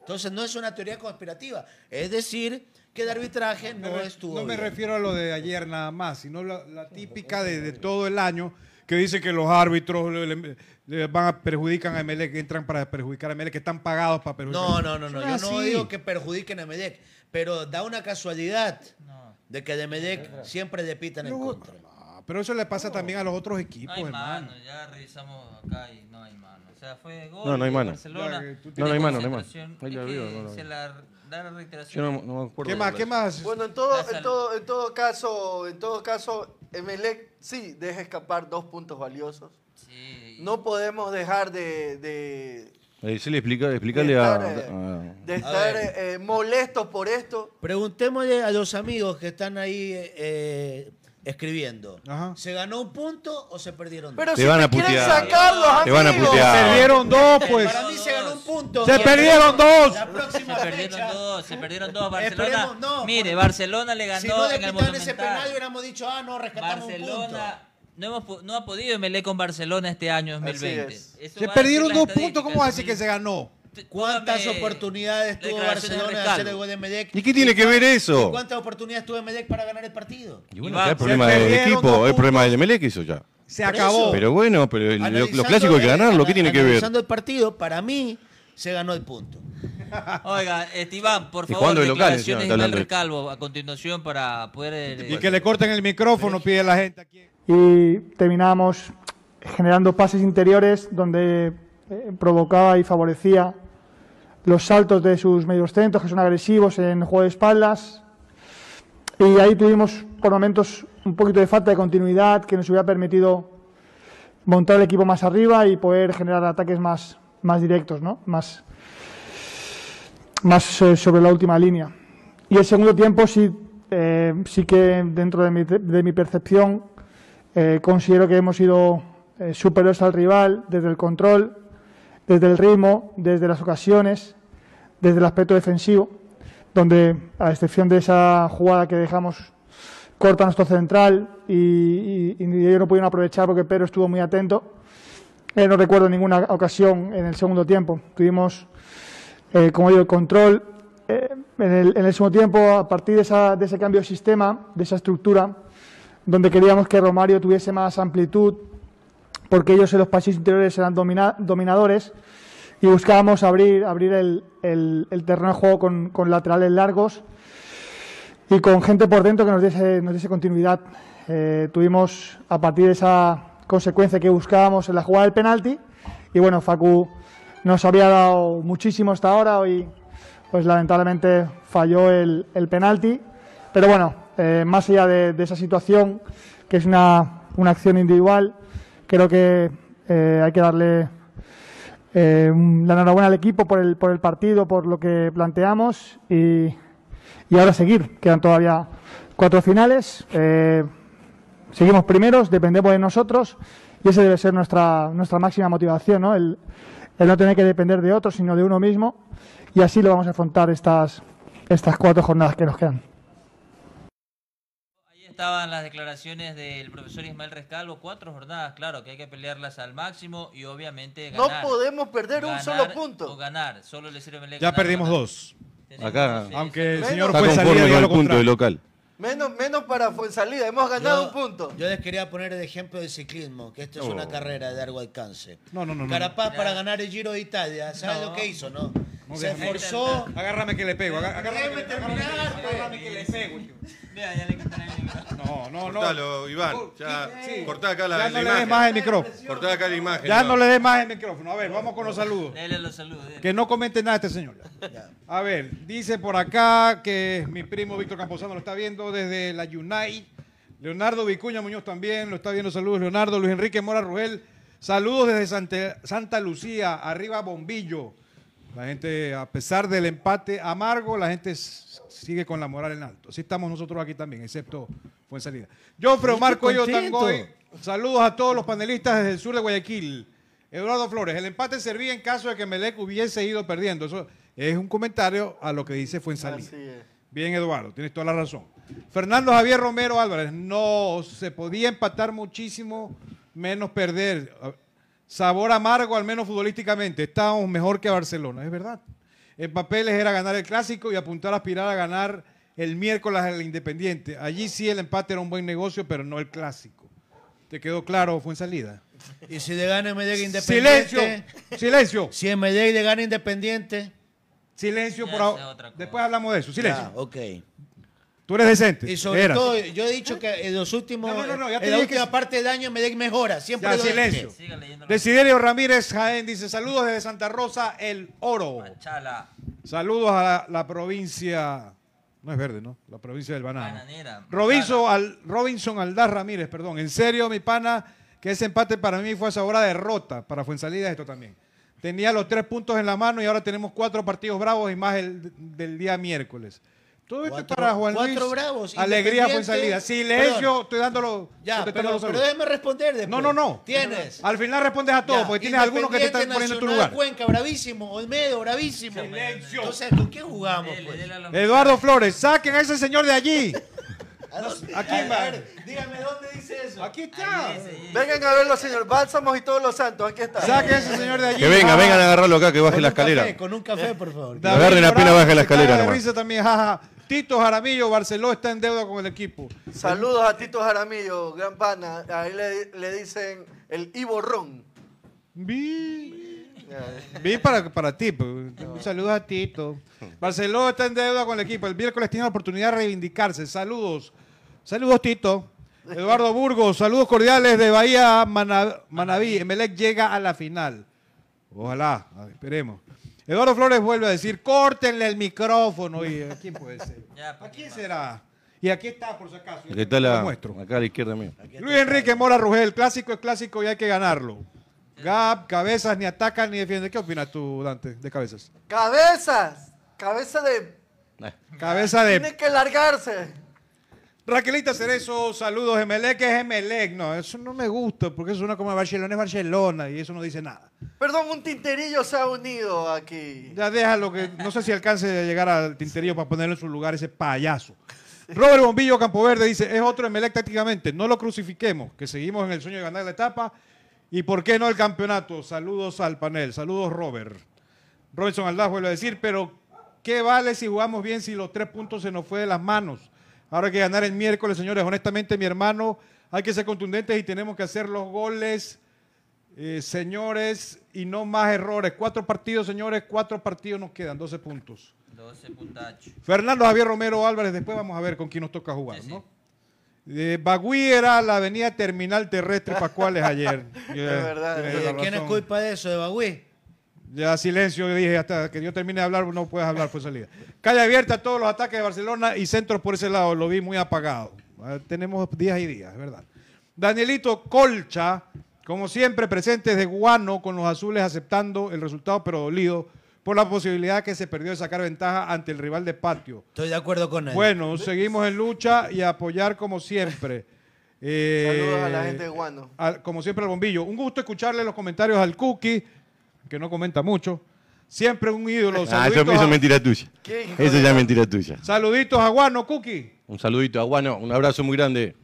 S9: Entonces no es una teoría conspirativa. Es decir, que el arbitraje no,
S10: me re-
S9: estuvo.
S10: no me
S9: bien.
S10: refiero a lo de ayer nada más, sino la, la típica de, de todo el año que dice que los árbitros le, le- le van a perjudican a Emelec, que entran para perjudicar a Emelec, que están pagados para perjudicar.
S9: No, no, no, no. Yo
S10: Eso
S9: no
S10: es
S9: digo
S10: así.
S9: que perjudiquen a Medec, pero da una casualidad
S7: No.
S9: de que de Medec siempre le pitan en
S10: Luego-
S9: contra.
S10: Ah, Pero eso le pasa también a los otros
S7: No
S10: equipos,
S7: hay
S10: hermano.
S7: mano, ya revisamos acá y no hay mano. O sea, fue gol.
S8: No, no hay
S7: de
S8: mano.
S7: Barcelona,
S10: Ya, tú
S7: de
S8: No, no hay mano, no hay mano.
S7: concentración.
S8: Ahí la
S7: Es que
S8: veo, no la
S7: se
S8: veo.
S7: la da la
S8: Yo
S7: reiteración.
S8: no, no me acuerdo.
S10: ¿Qué más? ¿Qué
S8: Ah,
S10: más?
S11: Bueno, en todo,
S7: La sal-
S11: en todo, en todo caso, en todo caso, Emelec sí deja escapar dos puntos valiosos.
S7: Sí, y-
S11: No podemos dejar de, de-
S8: Eh, sí, le explica, explícale a,
S11: eh,
S8: Ah. a-
S11: de estar eh, eh, molestos por esto.
S12: Preguntémosle a los amigos que están ahí eh, escribiendo. ¿Se ganó un punto o se perdieron dos?
S11: Pero
S8: Te si van me a quieren putear. sacar los Te van a amigos. putear.
S13: Se perdieron dos, pues.
S12: Eh, Para mí se ganó un punto.
S13: Se perdieron dos.
S12: La próxima
S7: Se perdieron
S12: fecha.
S7: dos, se perdieron dos. Barcelona,
S12: Esperemos, no,
S7: mire,
S12: porque-
S7: Barcelona le ganó
S12: Si no
S7: en el
S12: desquitaban ese penal,
S7: Monumental.
S12: hubiéramos dicho, ah, no, rescatamos un punto.
S7: Barcelona no, hemos, po- no ha podido Emelec con Barcelona este año 2020.
S11: es.
S7: Eso
S13: Se
S7: va a decir
S13: perdieron
S7: la
S13: dos
S7: estadística
S13: puntos, ¿cómo
S7: del
S13: va a decir que se ganó?
S12: ¿Cuántas
S7: Júdame
S12: oportunidades tuvo
S7: declaraciones de
S12: Barcelona de
S7: Rescalvo.
S12: hacer el gol de Medec?
S8: ¿Y qué tiene que ver eso?
S12: ¿Cuántas oportunidades tuvo Medec para ganar el partido?
S8: Y
S7: Y
S8: bueno, ya
S7: va.
S8: Ah, el problema
S13: Se
S8: del
S13: perdieron
S8: equipo,
S13: dos
S8: el problema del Emelec hizo ya.
S13: Se
S12: Por
S13: acabó.
S12: eso.
S8: Pero bueno, pero el- lo- los
S12: Analizando
S8: clásicos hay que
S12: el-
S8: ganarlo, ¿qué tiene que ver?
S12: Analizando el partido, para mí se ganó el punto.
S7: Oiga, Esteban, por
S8: Y jugando
S7: favor,
S8: de local, encima,
S7: declaraciones
S8: está
S7: de
S8: hablando de-
S7: Ismael Calvo a continuación para poder... eh,
S13: Y que le corten el micrófono, pide la gente aquí.
S9: y terminamos generando pases interiores donde eh, provocaba y favorecía los saltos de sus medios centros, que son agresivos en juego de espaldas. Y ahí tuvimos por momentos un poquito de falta de continuidad que nos hubiera permitido montar el equipo más arriba y poder generar ataques más, más directos, ¿no? más, más eh, sobre la última línea. Y el segundo tiempo sí, eh, sí que dentro de mi, de mi percepción eh, considero que hemos sido eh, superiores al rival desde el control, desde el ritmo, desde las ocasiones, desde el aspecto defensivo, donde a excepción de esa jugada que dejamos corta nuestro central y, y- y ellos no pudieron aprovechar porque Pedro estuvo muy atento, eh, no recuerdo ninguna ocasión en el segundo tiempo. Tuvimos eh, como digo, el control. eh, en, el, en el segundo tiempo, a partir de, esa- de ese cambio de sistema, de esa estructura, donde queríamos que Romario tuviese más amplitud, porque ellos en los pases interiores eran domina- dominadores, y buscábamos abrir, abrir el, el- el terreno de juego con, con laterales largos y con gente por dentro que nos diese, nos diese continuidad. Eh, tuvimos, a partir de esa consecuencia que buscábamos en la jugada del penalti, y bueno, Facu nos había dado muchísimo hasta ahora, hoy pues lamentablemente falló el, el penalti, pero bueno, eh, más allá de, de esa situación, que es una, una acción individual, creo que eh, hay que darle eh, un- la enhorabuena al equipo por el, por el partido, por lo que planteamos y, y ahora seguir. Quedan todavía cuatro finales. eh, seguimos primeros, dependemos de nosotros y esa debe ser nuestra, nuestra máxima motivación, ¿no? El, el no tener que depender de otros, sino de uno mismo y así lo vamos a afrontar estas, estas cuatro jornadas que nos quedan.
S7: Ahí estaban las declaraciones del profesor Ismael Rescalvo. Cuatro jornadas, claro, que hay que pelearlas al máximo y obviamente
S11: No
S7: ganar.
S11: podemos perder un
S7: Ganar
S11: solo
S7: O
S11: punto.
S7: ganar, solo le sirve a Melec
S13: Ya
S7: ganar o
S13: perdimos
S7: ganar.
S13: dos.
S7: Tenemos
S8: Acá,
S7: dos, sí,
S13: Aunque el
S11: Bueno,
S13: señor
S8: Está
S13: juez
S8: conforme
S13: salía
S8: con
S13: y Pues, lo
S8: el punto
S13: contrario.
S8: del local.
S11: Menos, menos para Fuensalida. Hemos ganado un punto.
S12: Yo les quería poner el ejemplo del ciclismo, que esto es una carrera de largo alcance.
S13: Oh. No, no, no, no.
S12: Carapaz para ganar el Giro de Italia, ¿sabes
S7: No.
S12: lo que hizo, no? Se
S13: déjame.
S12: esforzó.
S13: Agárrame que le pego. agá- Agárrame que,
S12: Déjame terminar, pues.
S13: agárrame que le pego. hijo.
S7: Mira, ya le quitaron el micrófono.
S13: No, no, no.
S14: Cortalo, Iván. Ya,
S13: Sí.
S14: Cortá acá la,
S13: Ya
S14: la
S13: no le des
S14: imagen.
S13: más el micrófono.
S14: Cortá acá la imagen.
S13: Ya
S14: Iván.
S13: no le des más el micrófono. A ver, vamos con los saludos.
S7: Dele los saludos. dele.
S13: Que no comente nada este señor. A ver, dice por acá que mi primo Víctor Camposano lo está viendo desde la Yunay. Leonardo Vicuña Muñoz también lo está viendo. Saludos, Leonardo. Luis Enrique Mora Rugel. Saludos desde Santa, Santa Lucía. Arriba Bombillo. La gente, a pesar del empate amargo, la gente s- sigue con la moral en alto. Así estamos nosotros aquí también, excepto Fuensalida. Jofre Omar
S12: Estoy
S13: Cuello
S12: contento.
S13: Tangoy. Saludos a todos los panelistas desde el sur de Guayaquil. Eduardo Flores, el empate servía en caso de que Melec hubiese ido perdiendo. Eso es un comentario a lo que dice Fuensalida.
S11: Así es.
S13: Bien, Eduardo, tienes toda la razón. Fernando Javier Romero Álvarez, no, se podía empatar muchísimo, menos perder. A- Sabor amargo, al menos futbolísticamente. Estábamos mejor que Barcelona, es verdad. En papeles era ganar el clásico y apuntar a aspirar a ganar el miércoles al Independiente. Allí sí el empate era un buen negocio, pero no el clásico. ¿Te quedó claro? Fue en salida.
S12: Y si le gana Medec
S13: Silencio,
S12: Independiente.
S13: silencio,
S12: Si Medec le gana Independiente.
S13: silencio
S7: Ya
S13: por
S7: esa es otra
S13: ahora.
S7: cosa.
S13: Después hablamos de eso, silencio.
S12: Ya, ok.
S13: Tú eres decente.
S12: Y sobre
S13: Eras.
S12: todo, yo he dicho que en los últimos.
S13: No, no, no, ya te
S12: en la
S13: dije que
S12: última
S13: sí.
S12: parte del año Medec mejora. Siempre
S13: Ya,
S12: lo
S13: silencio.
S12: dije.
S7: Siga leyendo los
S13: Desiderio Ramírez Jaén dice: Saludos desde Santa Rosa, El Oro.
S7: Chala,
S13: Ah. Saludos a la, la provincia. No es verde, ¿no? La provincia del Banano.
S7: bananera.
S13: Robinson, Al- Robinson Aldaz Ramírez, perdón. En serio, mi pana, que ese empate para mí fue a sabor a derrota. Para Fuensalida, esto también.
S9: tenía los tres puntos en la mano y ahora tenemos cuatro partidos bravos y más el del día miércoles. Todo esto
S7: Cuatro-
S9: para Juan
S7: cuatro
S9: Luis.
S7: bravos,
S9: Alegría fue salida.
S7: Independiente.
S9: Silencio,
S7: Perdón.
S9: estoy dándolo.
S7: Ya,
S9: contestando
S7: pero,
S9: los
S7: pero
S9: saludos.
S7: déjame responder después.
S9: No, no, no.
S7: Tienes.
S9: Al final respondes a todo,
S7: Ya,
S9: porque tienes algunos que te están poniendo
S7: Independiente
S9: en tu
S7: Nacional,
S9: lugar.
S7: Cuenca, bravísimo. Olmedo, bravísimo. Entonces, ¿con quién jugamos? pues?
S9: Eduardo Flores, saquen a ese señor de allí.
S7: ¿A, dónde?
S9: ¿A quién va?
S7: ver, dígame dónde dice eso.
S9: Aquí está.
S11: Vengan a verlo, señor. Bálsamos y todos los santos. Aquí está.
S9: Saque ese señor de allí. Ah,
S8: Que venga, vengan a agarrarlo acá, que baje la escalera.
S7: Con un café, por favor.
S9: David
S8: Agarren la
S9: Bravo,
S8: pila, baje la
S9: se
S8: escalera
S9: caga de
S8: nomás.
S9: risa también, jaja. Tito Jaramillo, Barceló está en deuda con el equipo.
S11: Saludos a Tito Jaramillo, gran pana. A él le, le dicen el Iborrón.
S9: Vi. Vi para, para ti. pues. Un saludo a Tito. Barceló está en deuda con el equipo. El miércoles tiene la oportunidad de reivindicarse. Saludos. Saludos, Tito. Eduardo Burgos, saludos cordiales de Bahía Mana- Manaví. Emelec llega a la final. Ojalá, a ver, esperemos. Eduardo Flores vuelve a decir, córtenle el micrófono. ¿Y a quién puede ser? ¿A quién será? Y aquí está, por si acaso.
S8: Aquí está la,
S9: Lo
S8: acá a la izquierda mía. Ah,
S9: Luis Enrique Mora Rugel, clásico es clásico y hay que ganarlo. Gap, cabezas, ni atacan ni defienden. ¿Qué opinas tú, Dante, de cabezas?
S11: Cabezas. Cabeza de...
S9: Cabeza de.
S11: Tiene que largarse.
S9: Raquelita Cerezo, saludos. Emelec es Emelec. No, eso no me gusta porque eso suena como Barcelona es Barcelona y eso no dice nada.
S11: Perdón, un tinterillo se ha unido aquí.
S9: Ya déjalo que no sé si alcance a llegar al tinterillo para ponerlo en su lugar ese payaso. Robert Bombillo Campoverde dice, es otro Emelec tácticamente, no lo crucifiquemos, que seguimos en el sueño de ganar la etapa y por qué no el campeonato. Saludos al panel, saludos Robert. Robinson Aldaz vuelve a decir, pero ¿qué vale si jugamos bien si los tres puntos se nos fue de las manos? Ahora hay que ganar el miércoles, señores. Honestamente, mi hermano, hay que ser contundentes y tenemos que hacer los goles, eh, señores, y no más errores. Cuatro partidos, señores, cuatro partidos nos quedan, 12 puntos.
S15: 12 puntachos.
S9: Fernando Javier Romero Álvarez, después vamos a ver con quién nos toca jugar, ¿no? Eh, Bagui era la avenida Terminal Terrestre Pascuales ayer. Yeah, tienes
S7: Eh,
S9: la
S7: ¿Quién es
S9: razón.
S7: culpa de eso, de Bagüí?
S9: Ya silencio, yo dije, hasta que yo termine de hablar, no puedes hablar por salida. Calle abierta a todos los ataques de Barcelona y centros por ese lado, lo vi muy apagado. Ah, Tenemos días y días, es verdad. Danielito Colcha, como siempre, presente de Guano con los azules aceptando el resultado, pero dolido por la posibilidad que se perdió de sacar ventaja ante el rival de patio.
S7: Estoy de acuerdo con él.
S9: Bueno, seguimos en lucha y a apoyar como siempre. Eh,
S11: Saludos a la gente de Guano.
S9: al- como siempre al bombillo. Un gusto escucharle los comentarios al Cookie, que no comenta mucho. Siempre un ídolo.
S8: Ah, eso,
S9: Saluditos,
S8: eso es
S9: a,
S8: mentira tuya.
S9: ¿Qué hijo
S8: Eso
S9: de
S8: ya es
S9: la-
S8: mentira tuya.
S9: saluditos a Guano, Cookie.
S8: Un saludito a Guano, un abrazo muy grande.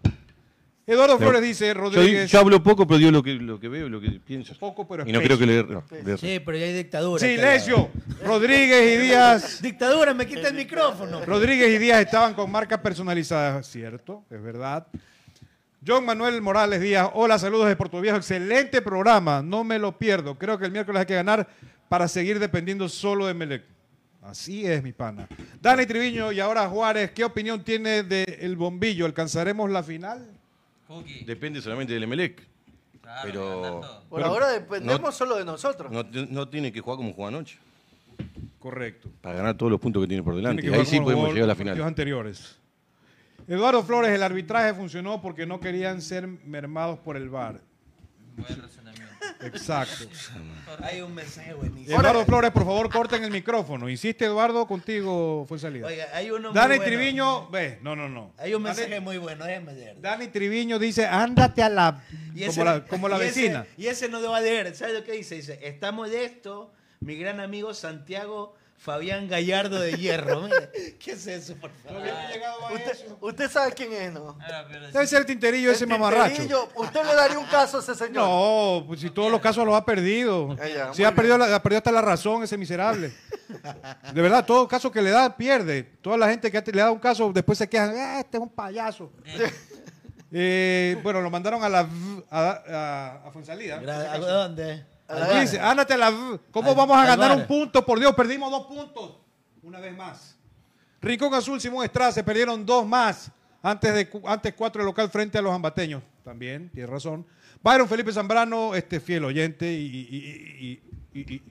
S9: Eduardo
S8: Pero-
S9: Flores dice,
S8: Yo-
S9: Rodríguez.
S8: Yo, hablo poco, pero digo lo que, lo que veo, lo que pienso.
S9: Poco, pero
S8: Y no creo
S9: espeso.
S8: que le... no, le-
S7: Sí, pero ya hay dictadura.
S9: Silencio. Rodríguez y Díaz.
S7: Dictadura, me quita el micrófono.
S9: Rodríguez y Díaz estaban con marcas personalizadas, cierto, es verdad. John Manuel Morales Díaz, hola, saludos de Puerto Viejo, excelente programa, no me lo pierdo. Creo que el miércoles hay que ganar para seguir dependiendo solo de Melec. Así es, mi pana. Dani Triviño y ahora Juárez, ¿qué opinión tiene del bombillo? ¿Alcanzaremos la final?
S8: Depende solamente del Emelec. pero
S11: Por ahora dependemos solo de nosotros.
S8: no, no tiene que jugar como jugó anoche.
S9: Correcto.
S8: Para ganar todos los puntos que tiene por
S9: Tiene que
S8: delante.
S9: jugar
S8: Ahí sí
S9: como los
S8: podemos
S9: gol-
S8: llegar a la
S9: partidos
S8: final.
S9: anteriores. Eduardo Flores, el arbitraje funcionó porque no querían ser mermados por el VAR.
S15: Buen razonamiento.
S9: Exacto.
S7: Hay un mensaje buenísimo.
S9: Eduardo Flores, por favor, corten el micrófono. Insiste, Eduardo, contigo fue salida.
S7: Oiga, hay uno muy
S9: Dani
S7: bueno.
S9: Triviño, ve, no, no, no.
S7: Hay un mensaje muy bueno, déjame leer.
S9: Dani Triviño dice, ándate a la...
S7: Y ese-
S9: como la, como la
S7: y ese-
S9: vecina.
S7: y ese no lo va a leer. ¿Sabes lo que dice? Dice, está molesto mi gran amigo Santiago Fabián Gallardo de Hierro. Mira, ¿Qué es eso, por favor?
S11: Usted, usted sabe quién es, ¿no?
S7: Ah,
S9: Debe ser el tinterillo ese mamarracho.
S11: Tinterillo, Usted le daría un caso a ese señor.
S9: No, pues si todos los casos los ha perdido.
S11: Ah, ya,
S9: Si
S11: muy
S9: ha perdido, la- ha perdido hasta la razón ese miserable. De verdad, todo caso que le da, pierde. Toda la gente que ha- le da un caso, después se quejan, "Ah, este es un payaso. Eh, bueno, lo mandaron a la... v- A, a, a Fuensalida.
S7: Gra- ¿A dónde?
S9: Aquí dice, ándate a la... v- ¿Cómo vamos a
S7: al
S9: ganar
S7: bar.
S9: un punto? Por Dios, perdimos dos puntos. Una vez más. Rincón Azul, Simón Estrada, se perdieron dos más. Antes de cu- antes cuatro de local frente a los ambateños. También, tienes razón. Byron Felipe Zambrano, este fiel oyente y, y- y- y- y- y-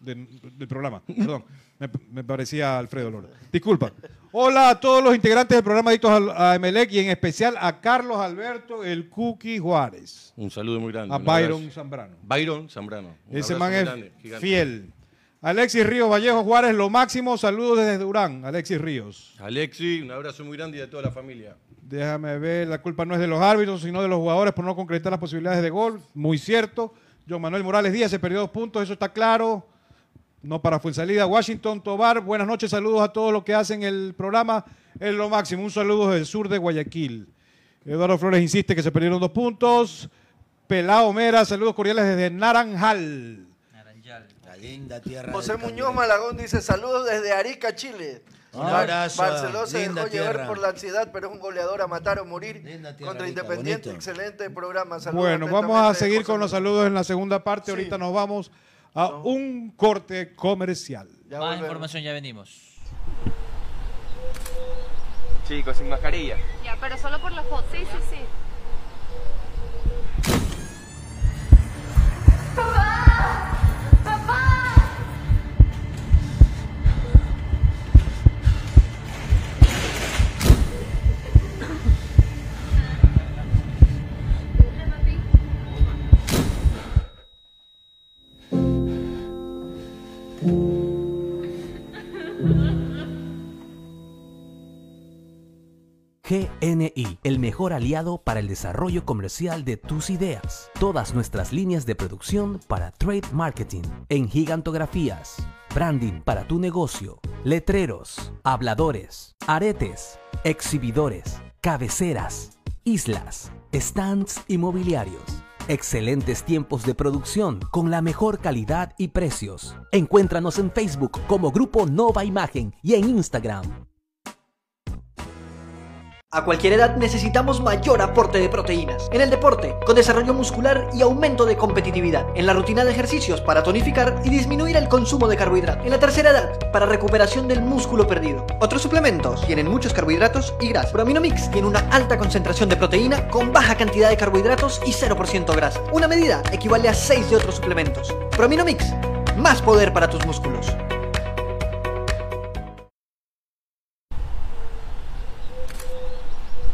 S16: de- del programa. Perdón, me, me parecía Alfredo Lora. Disculpa. Hola a todos los integrantes del programa Adictos al- a Emelec y en especial a Carlos Alberto El Cuqui Juárez.
S8: Un saludo muy grande.
S16: A
S8: un
S16: Byron
S8: abrazo.
S16: Zambrano.
S8: Byron Zambrano. Un
S16: Ese
S8: abrazo
S16: man
S8: muy
S16: es
S8: grande, gigante.
S16: fiel. Alexis Ríos Vallejo Juárez, lo máximo. Saludos desde Durán, Alexis Ríos.
S8: Alexi, un abrazo muy grande y a toda la familia.
S16: Déjame ver, la culpa no es de los árbitros, sino de los jugadores por no concretar las posibilidades de gol. Muy cierto. John Manuel Morales Díaz se perdió dos puntos, eso está claro. No para salida. Washington Tobar, buenas noches, saludos a todos los que hacen el programa. Es lo máximo. Un saludo desde el sur de Guayaquil. Eduardo Flores insiste que se perdieron dos puntos. Pelao Mera, saludos cordiales desde Naranjal.
S6: La linda tierra.
S11: José
S6: del
S11: Muñoz Malagón dice saludos desde Arica, Chile.
S7: Ah,
S6: Un abrazo,
S11: Barcelona se
S6: linda
S11: dejó llevar
S6: tierra.
S11: por la ansiedad, pero es un goleador a matar o morir
S6: tierra,
S11: contra
S6: Arica,
S11: Independiente.
S6: bonito.
S11: Excelente programa. Saludos
S16: Bueno, vamos a seguir con los saludos en la segunda parte. Ahorita nos vamos a un corte comercial.
S7: Más información, ya venimos.
S17: Chicos, sin mascarilla.
S4: Ya, pero solo por la foto. Sí, sí, sí.
S2: GNI, el mejor aliado para el desarrollo comercial de tus ideas. Todas nuestras líneas de producción para trade marketing, en gigantografías, branding para tu negocio, letreros, habladores, aretes, exhibidores, cabeceras, islas, stands inmobiliarios. Excelentes tiempos de producción con la mejor calidad y precios. Encuéntranos en Facebook como Grupo Nova Imagen y en Instagram
S9: A cualquier edad necesitamos mayor aporte de proteínas. En el deporte, con desarrollo muscular y aumento de competitividad. En la rutina de ejercicios para tonificar y disminuir el consumo de carbohidratos. En la tercera edad, para recuperación del músculo perdido. Otros suplementos tienen muchos carbohidratos y grasa. Prominomix tiene una alta concentración de proteína con baja cantidad de carbohidratos y 0% grasa. Una medida equivale a 6 de otros suplementos. Prominomix, más poder para tus músculos.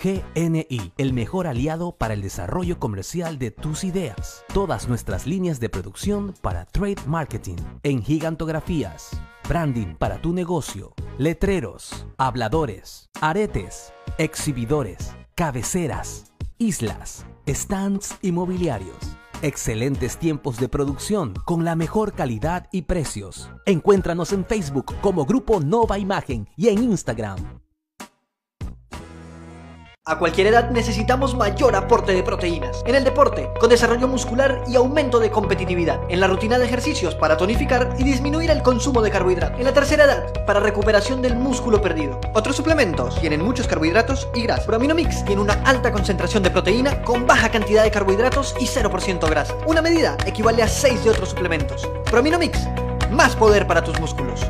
S2: GNI, el mejor aliado para el desarrollo comercial de tus ideas. Todas nuestras líneas de producción para trade marketing, en gigantografías, branding para tu negocio, letreros, habladores, aretes, exhibidores, cabeceras, islas, stands inmobiliarios. Excelentes tiempos de producción con la mejor calidad y precios. Encuéntranos en Facebook como Grupo Nova Imagen y en Instagram
S9: A cualquier edad necesitamos mayor aporte de proteínas. En el deporte, con desarrollo muscular y aumento de competitividad. En la rutina de ejercicios para tonificar y disminuir el consumo de carbohidratos. En la tercera edad, para recuperación del músculo perdido. Otros suplementos tienen muchos carbohidratos y grasa. Prominomix tiene una alta concentración de proteína con baja cantidad de carbohidratos y 0% grasa. Una medida equivale a 6 de otros suplementos. Prominomix, más poder para tus músculos.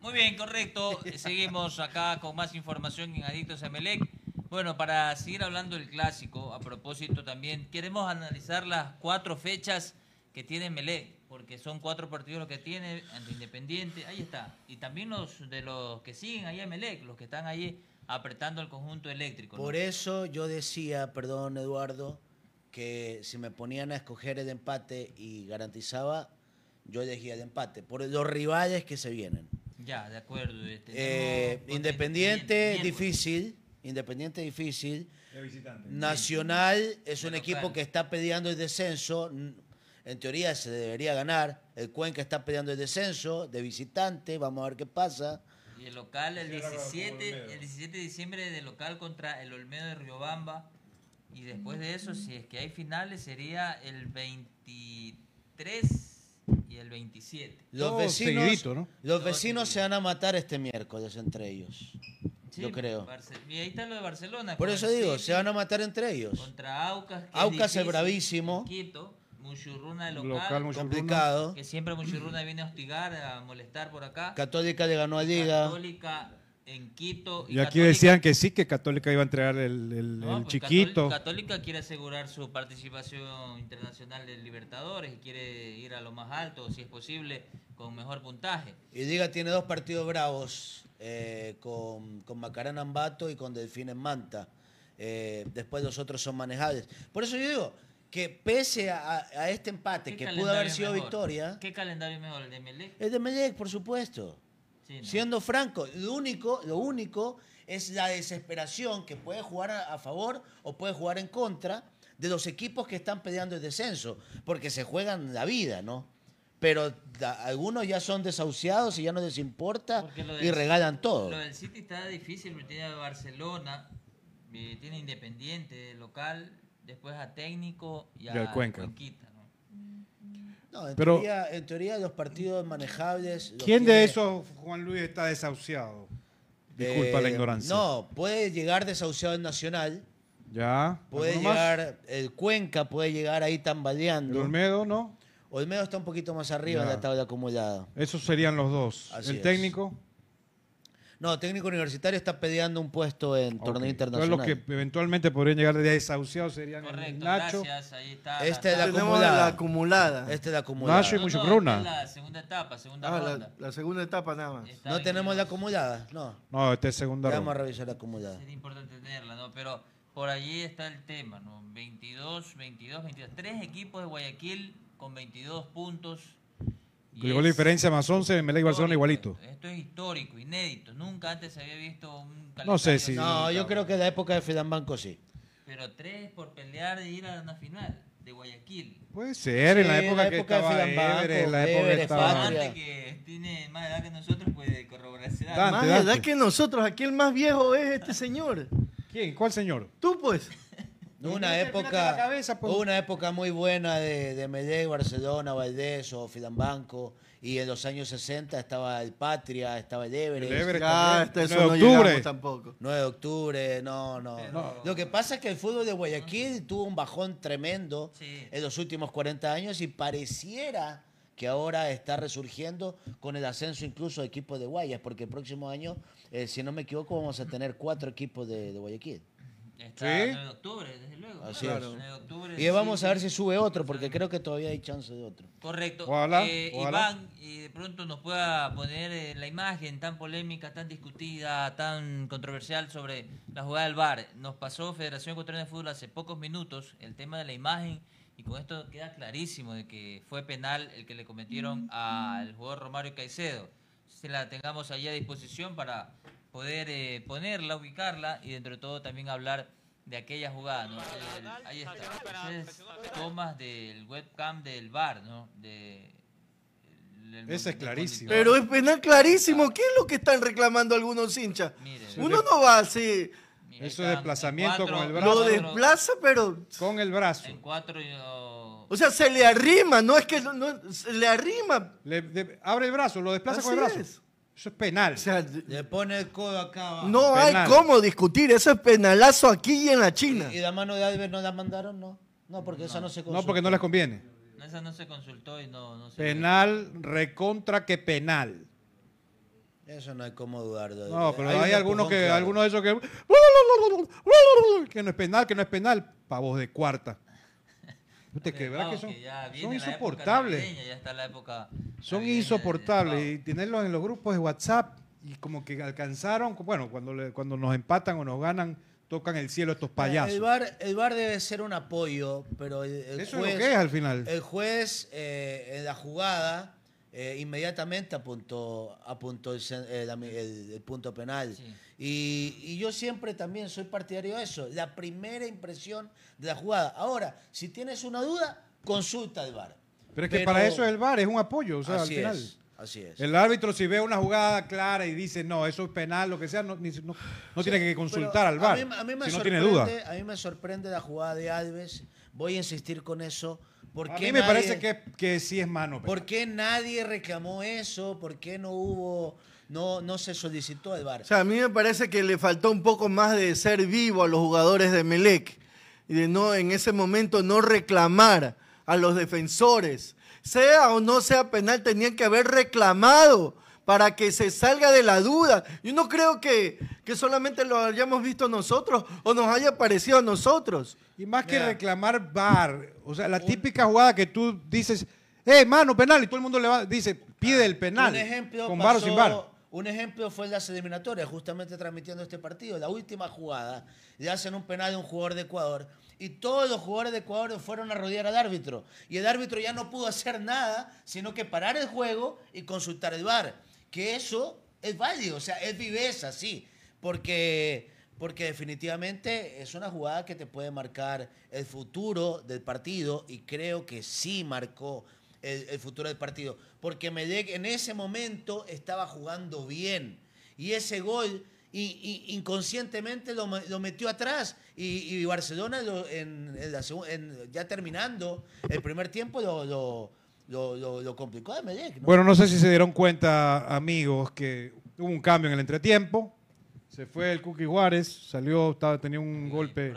S7: Muy bien, correcto. Seguimos acá con más información en Adictos a Melec. Bueno, para seguir hablando del clásico, a propósito también, queremos analizar las cuatro fechas que tiene Melec, porque son cuatro partidos los que tiene ante Independiente, ahí está. Y también los de los que siguen ahí a Melec, los que están ahí apretando el conjunto eléctrico. ¿no?
S6: Por e- eso yo decía, perdón Eduardo, que si me ponían a escoger el empate y garantizaba, yo elegía el empate, por los rivales que se vienen.
S7: Ya, de acuerdo. este,
S6: Eh,
S7: tenemos-
S6: Independiente,
S7: miércoles.
S6: difícil. Independiente, difícil.
S16: De visitante.
S6: Nacional es
S7: De
S6: un equipo
S7: local.
S6: que está peleando el descenso. n- En teoría se debería ganar. El Cuenca está peleando el descenso de visitante. Vamos a ver qué pasa.
S7: Y el local el 17, el 17 de diciembre de local contra el Olmedo de Riobamba. Y después de eso, si es que hay finales, sería el 23 y el 27.
S9: Los vecinos, los vecinos se van a matar este miércoles entre ellos.
S7: Sí,
S9: yo creo.
S7: Barce- Y ahí está lo de Barcelona.
S9: Por
S7: con
S9: eso
S7: el
S9: digo,
S7: City
S9: se van a matar entre ellos.
S7: Contra Aucas. que
S9: Pues, Aucas es
S7: difícil.
S9: bravísimo.
S7: Quito, Muchurruna de local.
S9: Local, Muchurruna. Complicado.
S7: Que siempre Muchurruna viene a hostigar, a molestar por acá.
S9: Católica le ganó a Liga.
S7: Católica en Quito.
S10: Y aquí decían que sí, que Católica iba a entregar el, el-
S7: No,
S10: el
S7: pues
S10: chiquito.
S7: Catol- Católica quiere asegurar su participación internacional de Libertadores y quiere ir a lo más alto, si es posible, con mejor puntaje.
S9: Y Liga tiene dos partidos bravos, eh, con, con Macarena Ambato y con Delfines Manta. Eh, después los otros son manejables. Por eso yo digo que pese a, a este empate,
S7: ¿Qué
S9: que pudo
S7: calendario
S9: haber
S7: es
S9: sido
S7: mejor?
S9: victoria,
S7: ¿Qué calendario es mejor? ¿El de Melec?
S9: es de Melec, por supuesto.
S7: Sí, ¿no?
S9: Siendo franco, lo único, lo único es la desesperación que puede jugar a, a favor o puede jugar en contra de los equipos que están peleando el descenso, porque se juegan la vida, ¿no? Pero da- algunos ya son desahuciados y ya no les importa
S7: Porque lo
S9: y
S7: del-
S9: regalan todo.
S7: Lo del City está difícil, porque tiene a Barcelona, eh, tiene Independiente, local, después a Técnico y a
S10: Y al Cuenca.
S7: Cuenquita, ¿no?
S9: No, en,
S10: Pero-
S9: teoría, en teoría los partidos manejables... los
S10: ¿Quién
S9: tiene-
S10: de esos, Juan Luis, está desahuciado? Disculpa la
S9: Eh,
S10: ignorancia.
S9: No, puede llegar desahuciado el Nacional,
S10: Ya.
S9: puede
S10: ¿Alguno más?
S9: llegar el Cuenca, puede llegar ahí tambaleando.
S10: ¿El Olmedo, no?
S9: Olmedo está un poquito más
S10: Ya.
S9: arriba en la tabla acumulada.
S10: Esos serían los dos.
S9: Así
S10: el
S9: es.
S10: técnico.
S9: No, técnico universitario está peleando un puesto en torneo
S10: Todos los
S9: internacional.
S10: que eventualmente podrían llegar desahuciados serían el
S7: Correcto,
S10: Nacho.
S7: gracias, ahí está.
S9: Esta Este es la
S11: Tenemos
S9: acumulada.
S11: la acumulada.
S9: Esta Este es la acumulada.
S10: Nacho y
S9: No,
S10: Mucho
S7: No,
S10: Bruna.
S7: esta es la segunda etapa, segunda
S11: Ah,
S7: ronda.
S11: la, la segunda etapa nada más.
S7: Está
S9: No
S7: en-
S9: tenemos la acumulada, no.
S10: No, este es segunda
S9: Ya vamos a
S10: ronda.
S9: revisar la acumulada.
S7: Sería importante tenerla, ¿no? Pero por allí está el tema, ¿no? 22, 22, 22. Tres equipos de Guayaquil con 22 puntos. Y
S10: Llegó la
S7: es
S10: diferencia más 11, Melec y Barcelona
S7: histórico
S10: igualito.
S7: esto. Esto es histórico, inédito. Nunca antes se había visto un calendario
S10: No sé si-
S7: así,
S9: No, yo
S10: cabrón.
S9: creo que la época de Fidan Banco sí.
S7: Pero tres por pelear de ir a una final de Guayaquil.
S10: Puede ser, en la
S9: Sí,
S10: época que estaba
S9: Fidan Banco,
S10: Ever, en la época
S9: Ever,
S10: que estaba...
S9: Patria.
S7: Dante, que tiene más edad que nosotros, puede corroborar esa edad.
S10: Dan-
S11: Más
S10: Dante.
S11: edad que nosotros, aquí el más viejo es este señor.
S10: ¿Quién? ¿Cuál señor?
S11: Tú pues.
S9: Hubo
S10: Mete
S9: una
S10: el pirata en
S9: época,
S10: la cabeza, pues.
S9: hubo una época muy buena de, de Medellín, Barcelona, Valdés o Filambanco. Y en los años 60 estaba el Patria, estaba el Everest.
S10: El Everest.
S11: Ya,
S10: también.
S11: hasta eso
S10: Nueve
S11: no
S10: de octubre.
S11: llegamos tampoco.
S9: 9 de octubre, no, no.
S7: Pero-
S9: Lo que pasa es que el fútbol de Guayaquil tuvo un bajón tremendo
S7: Sí.
S9: en los últimos 40 años y pareciera que ahora está resurgiendo con el ascenso incluso de equipos de Guayas, porque el próximo año, eh, si no me equivoco, vamos a tener cuatro equipos de, de Guayaquil.
S7: Está
S10: Sí.
S7: 9 de octubre, desde luego.
S9: Así
S7: claro,
S9: es.
S7: 9 de octubre,
S9: Y vamos
S7: sí,
S9: a ver
S7: sí.
S9: si sube otro, porque creo que todavía hay chance de otro.
S7: Correcto.
S10: Ojalá,
S7: Eh,
S10: ojalá.
S7: Iván, eh, de pronto nos pueda poner eh, la imagen tan polémica, tan discutida, tan controversial sobre la jugada del VAR. Nos pasó Federación Ecuatoriana de Fútbol hace pocos minutos el tema de la imagen y con esto queda clarísimo de que fue penal el que le cometieron al jugador Romario Caicedo. Se la tengamos allí a disposición para poder eh, ponerla, ubicarla y dentro de todo también hablar de aquella jugada. ¿no? El- ahí está. Entonces, tomas del webcam del VAR, ¿no? De, el- el-
S10: Ese es
S7: el
S10: clarísimo.
S7: monitor.
S11: Pero es penal clarísimo. ¿Qué es lo que están reclamando algunos hinchas?
S7: Mire,
S11: Uno no va así.
S7: mire,
S10: Eso
S7: acá,
S10: es desplazamiento
S7: en
S10: con el brazo.
S11: Lo desplaza, pero.
S10: Con el brazo.
S7: En cuatro. y- o-
S11: O sea, se le arrima. No es que. no- no- se le arrima.
S10: Le- de- abre el brazo, lo desplaza con el
S11: Así
S10: brazo.
S11: es.
S10: Eso es penal.
S11: O sea,
S9: Le pone el codo acá abajo.
S11: no hay
S10: penal.
S11: cómo discutir. Eso es penalazo aquí y en la China.
S9: ¿Y la mano de Albert no la mandaron? No, no porque esa no se
S10: no, porque no les conviene.
S7: no, esa no se consultó y no, no se.
S10: Penal, recontra que penal.
S9: Eso no hay cómo dudarlo.
S10: No, pero hay,
S9: un
S10: algunos
S9: empujón
S10: que
S9: claro.
S10: algunos de ellos que que no es penal, que no es penal, pavos de cuarta. Usted que verdad que son,
S7: ya viene
S10: son
S7: la época
S10: insoportables.
S7: navideña, ya está la época
S10: Son
S7: navideña del
S10: insoportables
S7: pavo.
S10: y tenerlos en los grupos de WhatsApp y como que alcanzaron, bueno, cuando le- cuando nos empatan o nos ganan, tocan el cielo estos
S9: El
S10: payasos.
S9: bar, el bar debe ser un apoyo, pero el,
S10: Eso
S9: el
S10: es
S9: juez,
S10: lo que es al final.
S9: el juez eh, en la jugada eh, inmediatamente apuntó, apuntó el, cen- el ami- el- el punto penal.
S7: Sí.
S9: Y, y yo siempre también soy partidario de eso, la primera impresión de la jugada. Ahora, si tienes una duda, consulta el bar.
S10: Pero es que para eso el VAR es un apoyo, o sea, al
S9: así
S10: final.
S9: es,
S2: Así es.
S8: El árbitro si ve una jugada clara y dice, no, eso es penal, lo que sea, no, ni- no- no tiene que consultar
S2: Pero
S8: al VAR,
S2: A mí, a mí me
S8: si no tiene duda.
S2: sorprende- A mí me sorprende la jugada de Alves. Voy a insistir con eso. Porque
S8: A mí me parece que, que sí es mano. penal.
S2: ¿Por qué nadie reclamó eso? ¿Por qué no hubo, no, no se solicitó el VAR?
S9: O sea, a mí me parece que le faltó un poco más de ser vivo a los jugadores de Melec. Y de no, en ese momento no reclamar a los defensores. Sea o no sea penal, tenían que haber reclamado para que se salga de la duda. Yo no creo que, que solamente lo hayamos visto nosotros o nos haya parecido a nosotros.
S8: Y más que reclamar VAR, o sea, la típica jugada que tú dices, eh, mano, penal, y todo el mundo le va, dice, pide el penal,
S2: Un ejemplo
S8: con VAR o
S2: pasó-
S8: sin VAR.
S2: Un ejemplo fue en las eliminatorias, justamente transmitiendo este partido. La última jugada, le hacen un penal a un jugador de Ecuador y todos los jugadores de Ecuador fueron a rodear al árbitro. Y el árbitro ya no pudo hacer nada, sino que parar el juego y consultar el VAR. Que eso es válido, o sea, es viveza, sí. Porque, porque definitivamente es una jugada que te puede marcar el futuro del partido y creo que sí marcó el, el futuro del partido. Porque Medec en ese momento estaba jugando bien. Y ese gol i- i- inconscientemente lo, me- lo metió atrás. Y, y Barcelona, lo- en, en la segun- en- ya terminando el primer tiempo, lo, lo- lo- lo- lo complicó a Medec. ¿no?
S8: Bueno, no sé si se dieron cuenta, amigos, que hubo un cambio en el entretiempo. Se fue el Cookie Juárez, salió, estaba, tenía un golpe.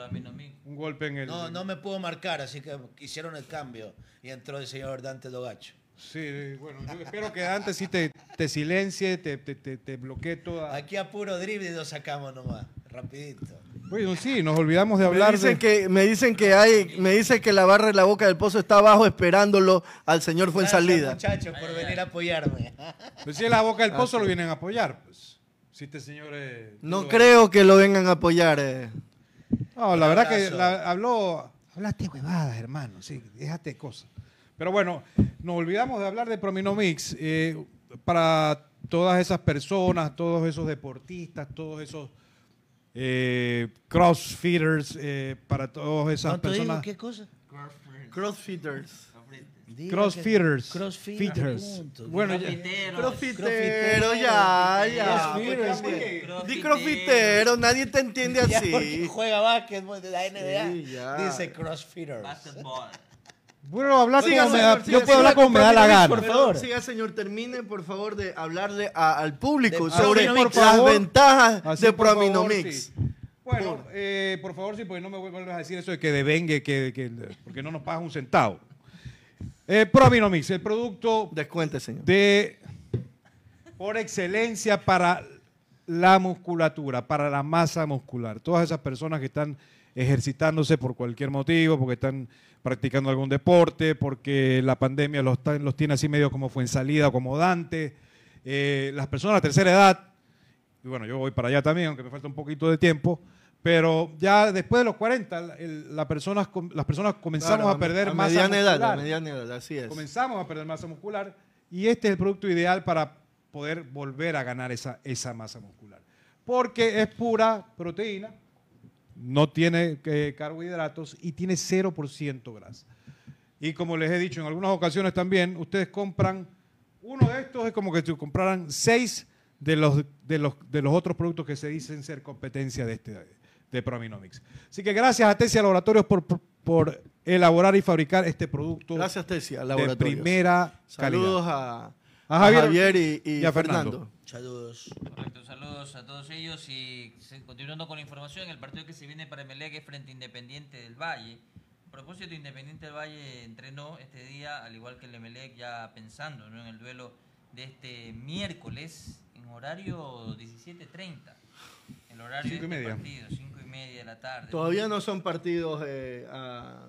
S8: Un golpe en el.
S2: No, no me pudo marcar, así que hicieron el cambio. Y entró el señor Dante Logacho.
S8: Sí, bueno, yo espero que antes sí te, te silencie, te, te, te, te bloquee toda.
S2: Aquí a puro drible lo sacamos nomás, rapidito.
S8: Bueno, sí, nos olvidamos de hablar
S9: Me dicen
S8: de.
S9: que, me dicen que hay, me dicen que la barra de la boca del pozo está abajo esperándolo al señor
S2: Gracias,
S9: Fuensalida.
S2: muchachos, por venir a apoyarme.
S8: Pues si es la boca del pozo,
S9: Ah, sí.
S8: lo vienen a apoyar. Pues. Si este señor. eh,
S9: No
S8: lo-
S9: creo que lo vengan a apoyar. eh.
S8: No, la verdad que
S9: Abrazo.
S8: la- habló. Hablaste huevadas, hermano, sí, déjate de cosas. Pero bueno, nos olvidamos de hablar de Prominomix. eh, para todas esas personas, todos esos deportistas, todos esos eh, crossfitters, eh, para todas esas
S2: ¿Cuánto digo?
S8: personas.
S2: ¿Qué cosa?
S9: Crossfitters.
S2: Digo
S8: Crossfitters.
S2: que- Crossfitters.
S8: Fitters.
S2: punto.
S8: Bueno, ya-
S2: Crossfiteros.
S9: Crossfitero, ya, ya.
S8: Crossfiters,
S9: Di crossfitero, nadie te entiende
S2: Ya
S9: así.
S2: porque juega
S9: pues,
S2: básquetbol de la NBA.
S9: Sí, ya.
S2: Dice crossfitters.
S8: Bueno, hablar
S9: Siga,
S8: como me
S9: señor,
S8: da-
S9: siga,
S8: yo puedo
S9: siga
S8: hablar
S9: con
S8: como me da la
S9: Prominomix,
S8: gana.
S9: Por favor, siga, señor, termine, por favor, de hablarle a- al público
S8: De
S9: sobre
S8: Prominomix, por
S9: las
S8: favor.
S9: ventajas
S8: Así,
S9: de
S8: por favor,
S9: Prominomix.
S8: sí. Bueno, eh, por favor, sí, porque no me vuelvas a decir eso de que devengue, que, que- porque no nos pagas un centavo. Eh, Prominomix, el producto
S9: Descuente, señor.
S8: de por excelencia para la musculatura, para la masa muscular. Todas esas personas que están ejercitándose por cualquier motivo, porque están practicando algún deporte, porque la pandemia los, ta- los tiene así medio como fue en salida, como Dante. Eh, las personas de la tercera edad, y bueno, yo voy para allá también, aunque me falta un poquito de tiempo, pero ya después de los 40, el- la personas com- las personas comenzamos
S9: Claro,
S8: a perder masa
S9: mediana edad, a
S8: muscular.
S9: mediana edad, así es.
S8: Comenzamos a perder masa muscular y este es el producto ideal para poder volver a ganar esa, esa masa muscular. Porque es pura proteína, no tiene eh, carbohidratos y tiene 0% grasa. Y como les he dicho en algunas ocasiones también, ustedes compran uno de estos, es como que te compraran seis de los, de los, de los otros productos que se dicen ser competencia de este de Prominomics. Así que gracias a Tesia Laboratorios por, por- por elaborar y fabricar este producto
S9: Gracias, Tesia,
S8: de
S9: laboratorios.
S8: primera
S9: Saludos
S8: calidad.
S9: a,
S8: A
S9: a
S8: Javier-
S9: Javier, y, y
S8: y a
S9: a
S8: Fernando.
S9: Fernando.
S2: Saludos.
S7: Correcto, saludos a todos ellos y se- continuando con la información, el partido que se viene para Emelec es frente a Independiente del Valle. A propósito, Independiente del Valle entrenó este día, al igual que el Emelec, ya pensando ¿no? en el duelo de este miércoles en horario 17.30. El horario
S9: Cinco y
S7: de este
S9: media.
S7: partido, 5 y media de la tarde.
S9: Todavía no son partidos eh, a-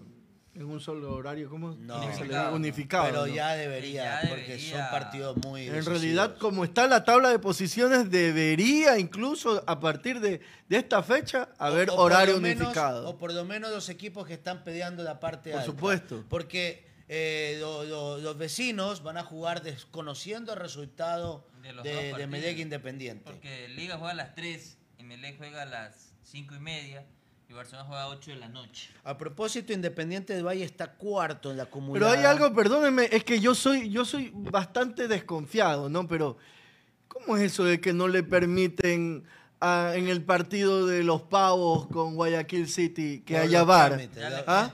S9: en un solo horario, ¿cómo? ¿Cómo se le dice? unificado.
S2: Pero
S9: ¿no?
S2: ya debería,
S7: Ya
S2: porque
S7: debería.
S2: son partidos muy.
S9: En
S2: decisivos.
S9: realidad, como está la tabla de posiciones, debería incluso a partir de, de esta fecha haber
S2: O por
S9: horario
S2: lo menos-
S9: unificado.
S2: o por lo menos los equipos que están peleando la parte
S9: Por
S2: alta.
S9: supuesto.
S2: Porque eh, lo- lo- los vecinos van a jugar desconociendo el resultado
S7: De los
S2: de,
S7: dos
S2: de
S7: partidos.
S2: Medellín Independiente.
S7: Porque Liga juega a las 3, Emelec juega a las 5 y media Y Barcelona juega a 8 de la noche.
S9: A propósito, Independiente del Valle está cuarto en la
S11: Pero
S9: acumulada.
S11: hay algo, perdónenme, es que yo soy, yo soy bastante desconfiado, ¿no? Pero, ¿cómo es eso de que no le permiten a- en el partido de los pavos con Guayaquil City que
S9: Todo
S11: haya
S9: el
S11: VAR?
S9: trámite, ya le
S11: ¿Ah?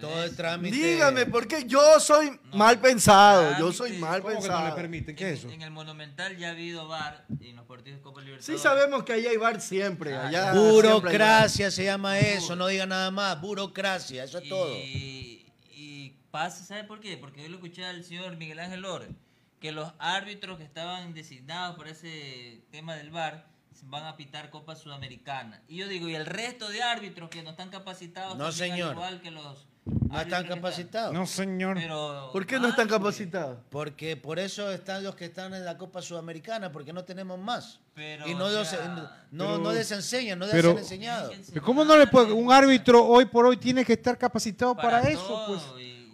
S9: Todo el trámite.
S11: Dígame, porque yo soy mal pensado, yo soy mal
S10: ¿Cómo que
S11: pensado.
S10: no le permiten? ¿Qué es eso?
S7: En el Monumental ya ha habido VAR en los partidos de Copa Libertadores.
S11: Sí
S7: Ah,
S11: sabemos que ahí hay VAR siempre, allá siempre hay VAR.
S9: Burocracia se llama eso, no diga nada más. Burocracia, eso es todo.
S7: Y, y pasa, ¿sabe por qué? Porque yo lo escuché al señor Miguel Ángel Lore, que los árbitros que estaban designados para ese tema del VAR van a pitar Copa Sudamericana. Y yo digo, ¿y el resto de árbitros que no están capacitados?
S9: No,
S7: también, al
S9: señor.
S7: Igual que los...
S9: No están capacitados.
S10: No, señor.
S11: ¿Por qué no están capacitados?
S9: Porque por eso están los que están en la Copa Sudamericana, porque no tenemos más.
S7: Pero,
S9: y no,
S7: o
S9: los-
S7: sea,
S9: no,
S10: pero-
S9: no les enseñan, no les
S10: pero-
S9: han enseñado.
S10: ¿Cómo no le puede? Un árbitro hoy por hoy tiene que estar capacitado para,
S7: Para
S10: eso.
S7: todo,
S10: pues.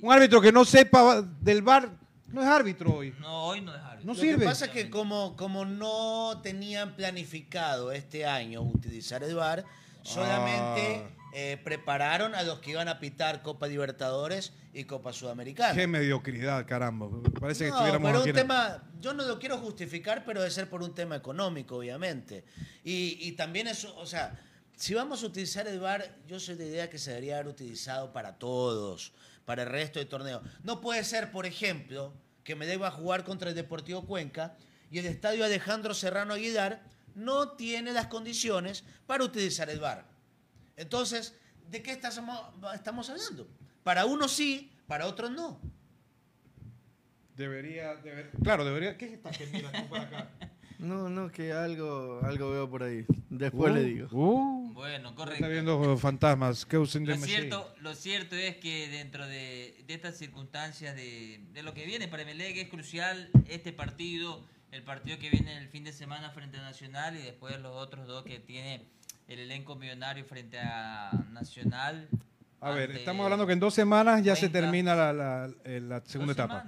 S10: Un árbitro que no sepa del bar no es árbitro hoy.
S7: No, hoy no es árbitro.
S10: No
S9: Lo
S10: sirve.
S9: que pasa es que como, como no tenían planificado este año utilizar el VAR, solamente
S10: Ah.
S9: eh, prepararon a los que iban a pitar Copa Libertadores y Copa Sudamericana.
S10: Qué mediocridad, caramba. Parece que
S9: No,
S10: estuviéramos
S9: pero
S10: aquí
S9: un
S10: en-
S9: tema, yo no lo quiero justificar, pero debe ser por un tema económico, obviamente. Y, y también eso, o sea, si vamos a utilizar el VAR, yo soy de idea que se debería haber utilizado para todos, para el resto del torneo. No puede ser, por ejemplo, que me deba jugar contra el Deportivo Cuenca y el estadio Alejandro Serrano Aguilar no tiene las condiciones para utilizar el VAR. Entonces, ¿de qué estamos, estamos hablando? Para unos sí, para otros no.
S10: Debería, deber- claro, debería. ¿Qué es esta que mira tú para acá?
S11: No, no, que algo, algo veo por ahí. Después
S10: Uh,
S11: le digo.
S10: uh,
S7: Bueno,
S10: Está
S7: correcto.
S10: viendo eh, fantasmas. ¿Qué usen de
S7: Lo
S10: machine?
S7: cierto, lo cierto es que dentro de, de estas circunstancias de, de lo que viene para Emelec es crucial este partido, el partido que viene el fin de semana frente a Nacional y después los otros dos que tiene el elenco millonario frente a Nacional.
S10: A ver,
S7: ante-
S10: estamos hablando que en dos semanas ya se termina la, la- eh, la segunda etapa.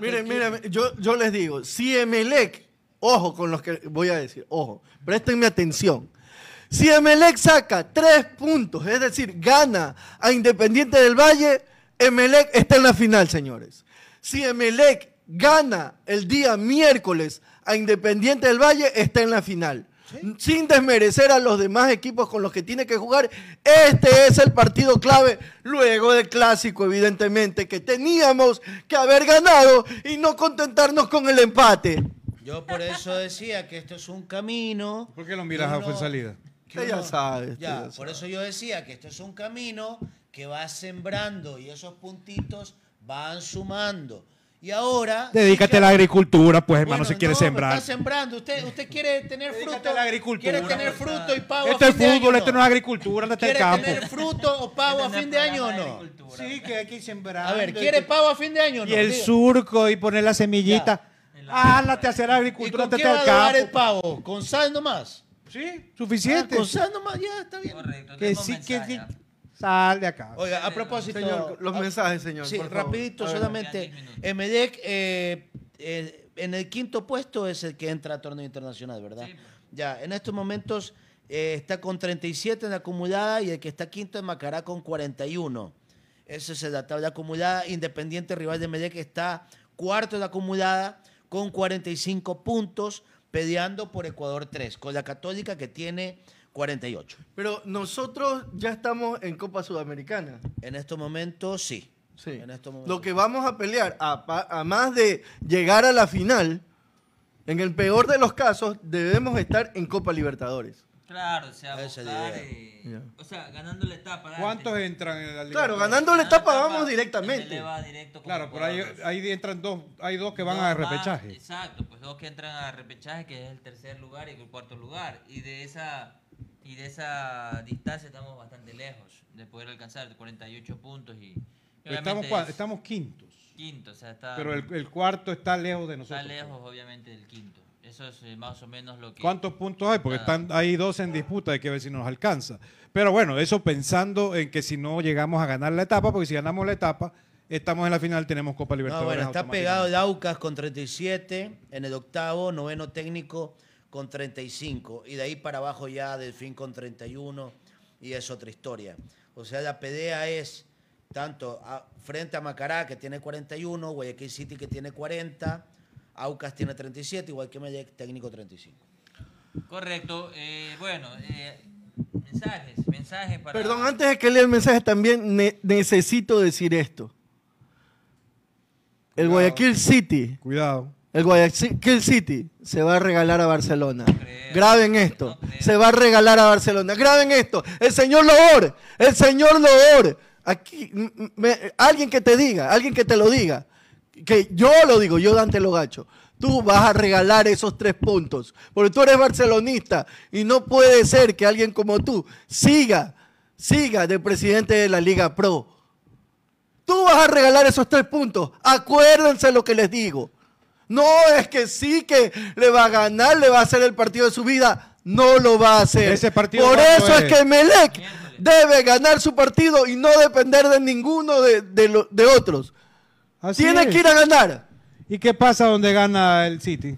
S11: Miren, miren, yo, yo les digo, si Emelec, ojo con los que voy a decir, ojo, préstenme atención. Si Emelec saca tres puntos, es decir, gana a Independiente del Valle, Emelec está en la final, señores. Si Emelec gana el día miércoles a Independiente del Valle, está en la final. Sin desmerecer a los demás equipos con los que tiene que jugar, este es el partido clave luego del clásico, evidentemente, que teníamos que haber ganado y no contentarnos con el empate.
S9: Yo por eso decía que esto es un camino.
S10: ¿Por qué lo miras a fue salida?
S9: que
S11: Usted ya
S9: uno-
S11: sabe, usted
S9: ya,
S11: ya
S9: por eso yo decía que esto es un camino que va sembrando y esos puntitos van sumando. Y ahora.
S10: Dedícate a la agricultura, pues, hermano,
S9: Bueno,
S10: si quieres
S9: no,
S10: sembrar.
S9: Está sembrando. Usted, usted quiere tener fruto.
S10: a la agricultura,
S9: Quiere tener
S10: pues.
S9: fruto y pavo. a
S10: Esto es
S9: fin de año,
S10: fútbol,
S9: no?
S10: esto no es agricultura, andate al
S9: ¿Quiere
S10: campo.
S9: tener fruto o pavo a
S7: Tener
S9: fin de año o
S7: Este programa de
S9: no?
S7: agricultura.
S9: Sí, que hay que sembrar. A ver, ¿quiere pavo a fin este de año o no?
S10: Y el
S9: Diga.
S10: surco y poner la semillita. Ándate a hacer
S9: ¿Y
S10: agricultura,
S9: con
S10: andate
S9: qué va a
S10: al
S9: adobar el
S10: campo.
S9: pavo? ¿Con sal nomás?
S10: Sí,
S9: Ah,
S10: suficiente.
S9: con sal nomás, ya está bien.
S7: Correcto,
S10: Que
S7: tenemos
S10: sí, que
S7: mensaje.
S10: sí. Sal de acá.
S9: Oiga, a propósito.
S11: Señor, los
S9: a-
S11: mensajes, señor.
S9: ah, Sí,
S11: por favor.
S9: rapidito,
S11: A ver.
S9: solamente. Medec eh, en el quinto puesto es el que entra a torneo internacional, ¿verdad? Ya, en estos momentos eh, está con 37 en la acumulada y el que está quinto es Macará con 41. Esa es la tabla acumulada. Independiente rival de Medec está cuarto en la acumulada con 45 puntos, peleando por Ecuador 3, con la Católica que tiene 48.
S11: Pero nosotros ya estamos en Copa Sudamericana.
S9: En estos momentos, sí.
S11: Sí.
S9: En estos momentos.
S11: Lo que vamos a pelear, a, pa- a más de llegar a la final, en el peor de los casos, debemos estar en Copa Libertadores.
S7: Claro, o sea,
S9: Esa es la
S7: buscar,
S9: idea.
S7: eh,
S11: Ya.
S7: o sea, ganando la etapa. dale. pues,
S10: ¿Cuántos entran en la liga?
S11: Claro, ganando la
S7: Ganando
S11: etapa
S7: la etapa,
S11: vamos
S7: Emelec
S11: directamente.
S7: va directo como
S10: Claro, por ahí,
S7: jugador.
S10: ahí entran dos, hay dos que van
S7: Dos
S10: a
S7: más,
S10: repechaje.
S7: exacto, pues dos que entran a repechaje, que es el tercer lugar y el cuarto lugar. Y de esa y de esa distancia estamos bastante lejos de poder alcanzar 48 puntos y y
S10: Pero estamos,
S7: obviamente
S10: cua-
S7: es
S10: estamos quintos,
S7: quinto, o sea, está,
S10: pero el, el cuarto está lejos de
S7: está
S10: nosotros. pues.
S7: lejos obviamente del quinto. Eso es eh, más o menos lo que
S10: ¿Cuántos puntos hay? Porque
S7: Ah.
S10: están ahí dos en disputa, hay que ver si nos alcanza. Pero bueno, eso pensando en que si no llegamos a ganar la etapa, porque si ganamos la etapa, estamos en la final, tenemos Copa
S9: No,
S10: Libertadores.
S9: bueno, está
S10: automáticamente.
S9: pegado Daucas con 37, en el octavo, noveno técnico con 35, y de ahí para abajo ya Delfín con 31, y es otra historia. O sea, la pelea es tanto a- frente a Macará, que tiene 41, Guayaquil City, que tiene 40, Aucas tiene 37 y Guayaquil Melec, técnico 35.
S7: Correcto. eh, bueno, eh, mensajes, mensajes para...
S11: Perdón, antes de que lea el mensaje también ne- necesito decir esto. El Guayaquil City.
S10: Cuidado.
S11: El Guayaquil City se va a regalar a Barcelona. Graben esto. se va a regalar a Barcelona. Graben esto. El señor Lobor. El señor Lobor. Aquí, m- m- me- alguien que te diga, alguien que te lo diga. Que yo lo digo, yo Dante Logacho. Tú vas a regalar esos tres puntos. Porque tú eres barcelonista. Y no puede ser que alguien como tú siga, siga de presidente de la Liga Pro. Tú vas a regalar esos tres puntos. Acuérdense lo que les digo. No es que sí que le va a ganar, le va a hacer el partido de su vida. No lo va a hacer.
S10: Ese partido
S11: Por
S10: ¿cuándo
S11: eso es,
S10: es?
S11: que Melec debe ganar su partido y no depender de ninguno de, de lo- de otros. Tiene que ir a ganar.
S10: ¿Y qué pasa donde gana el City?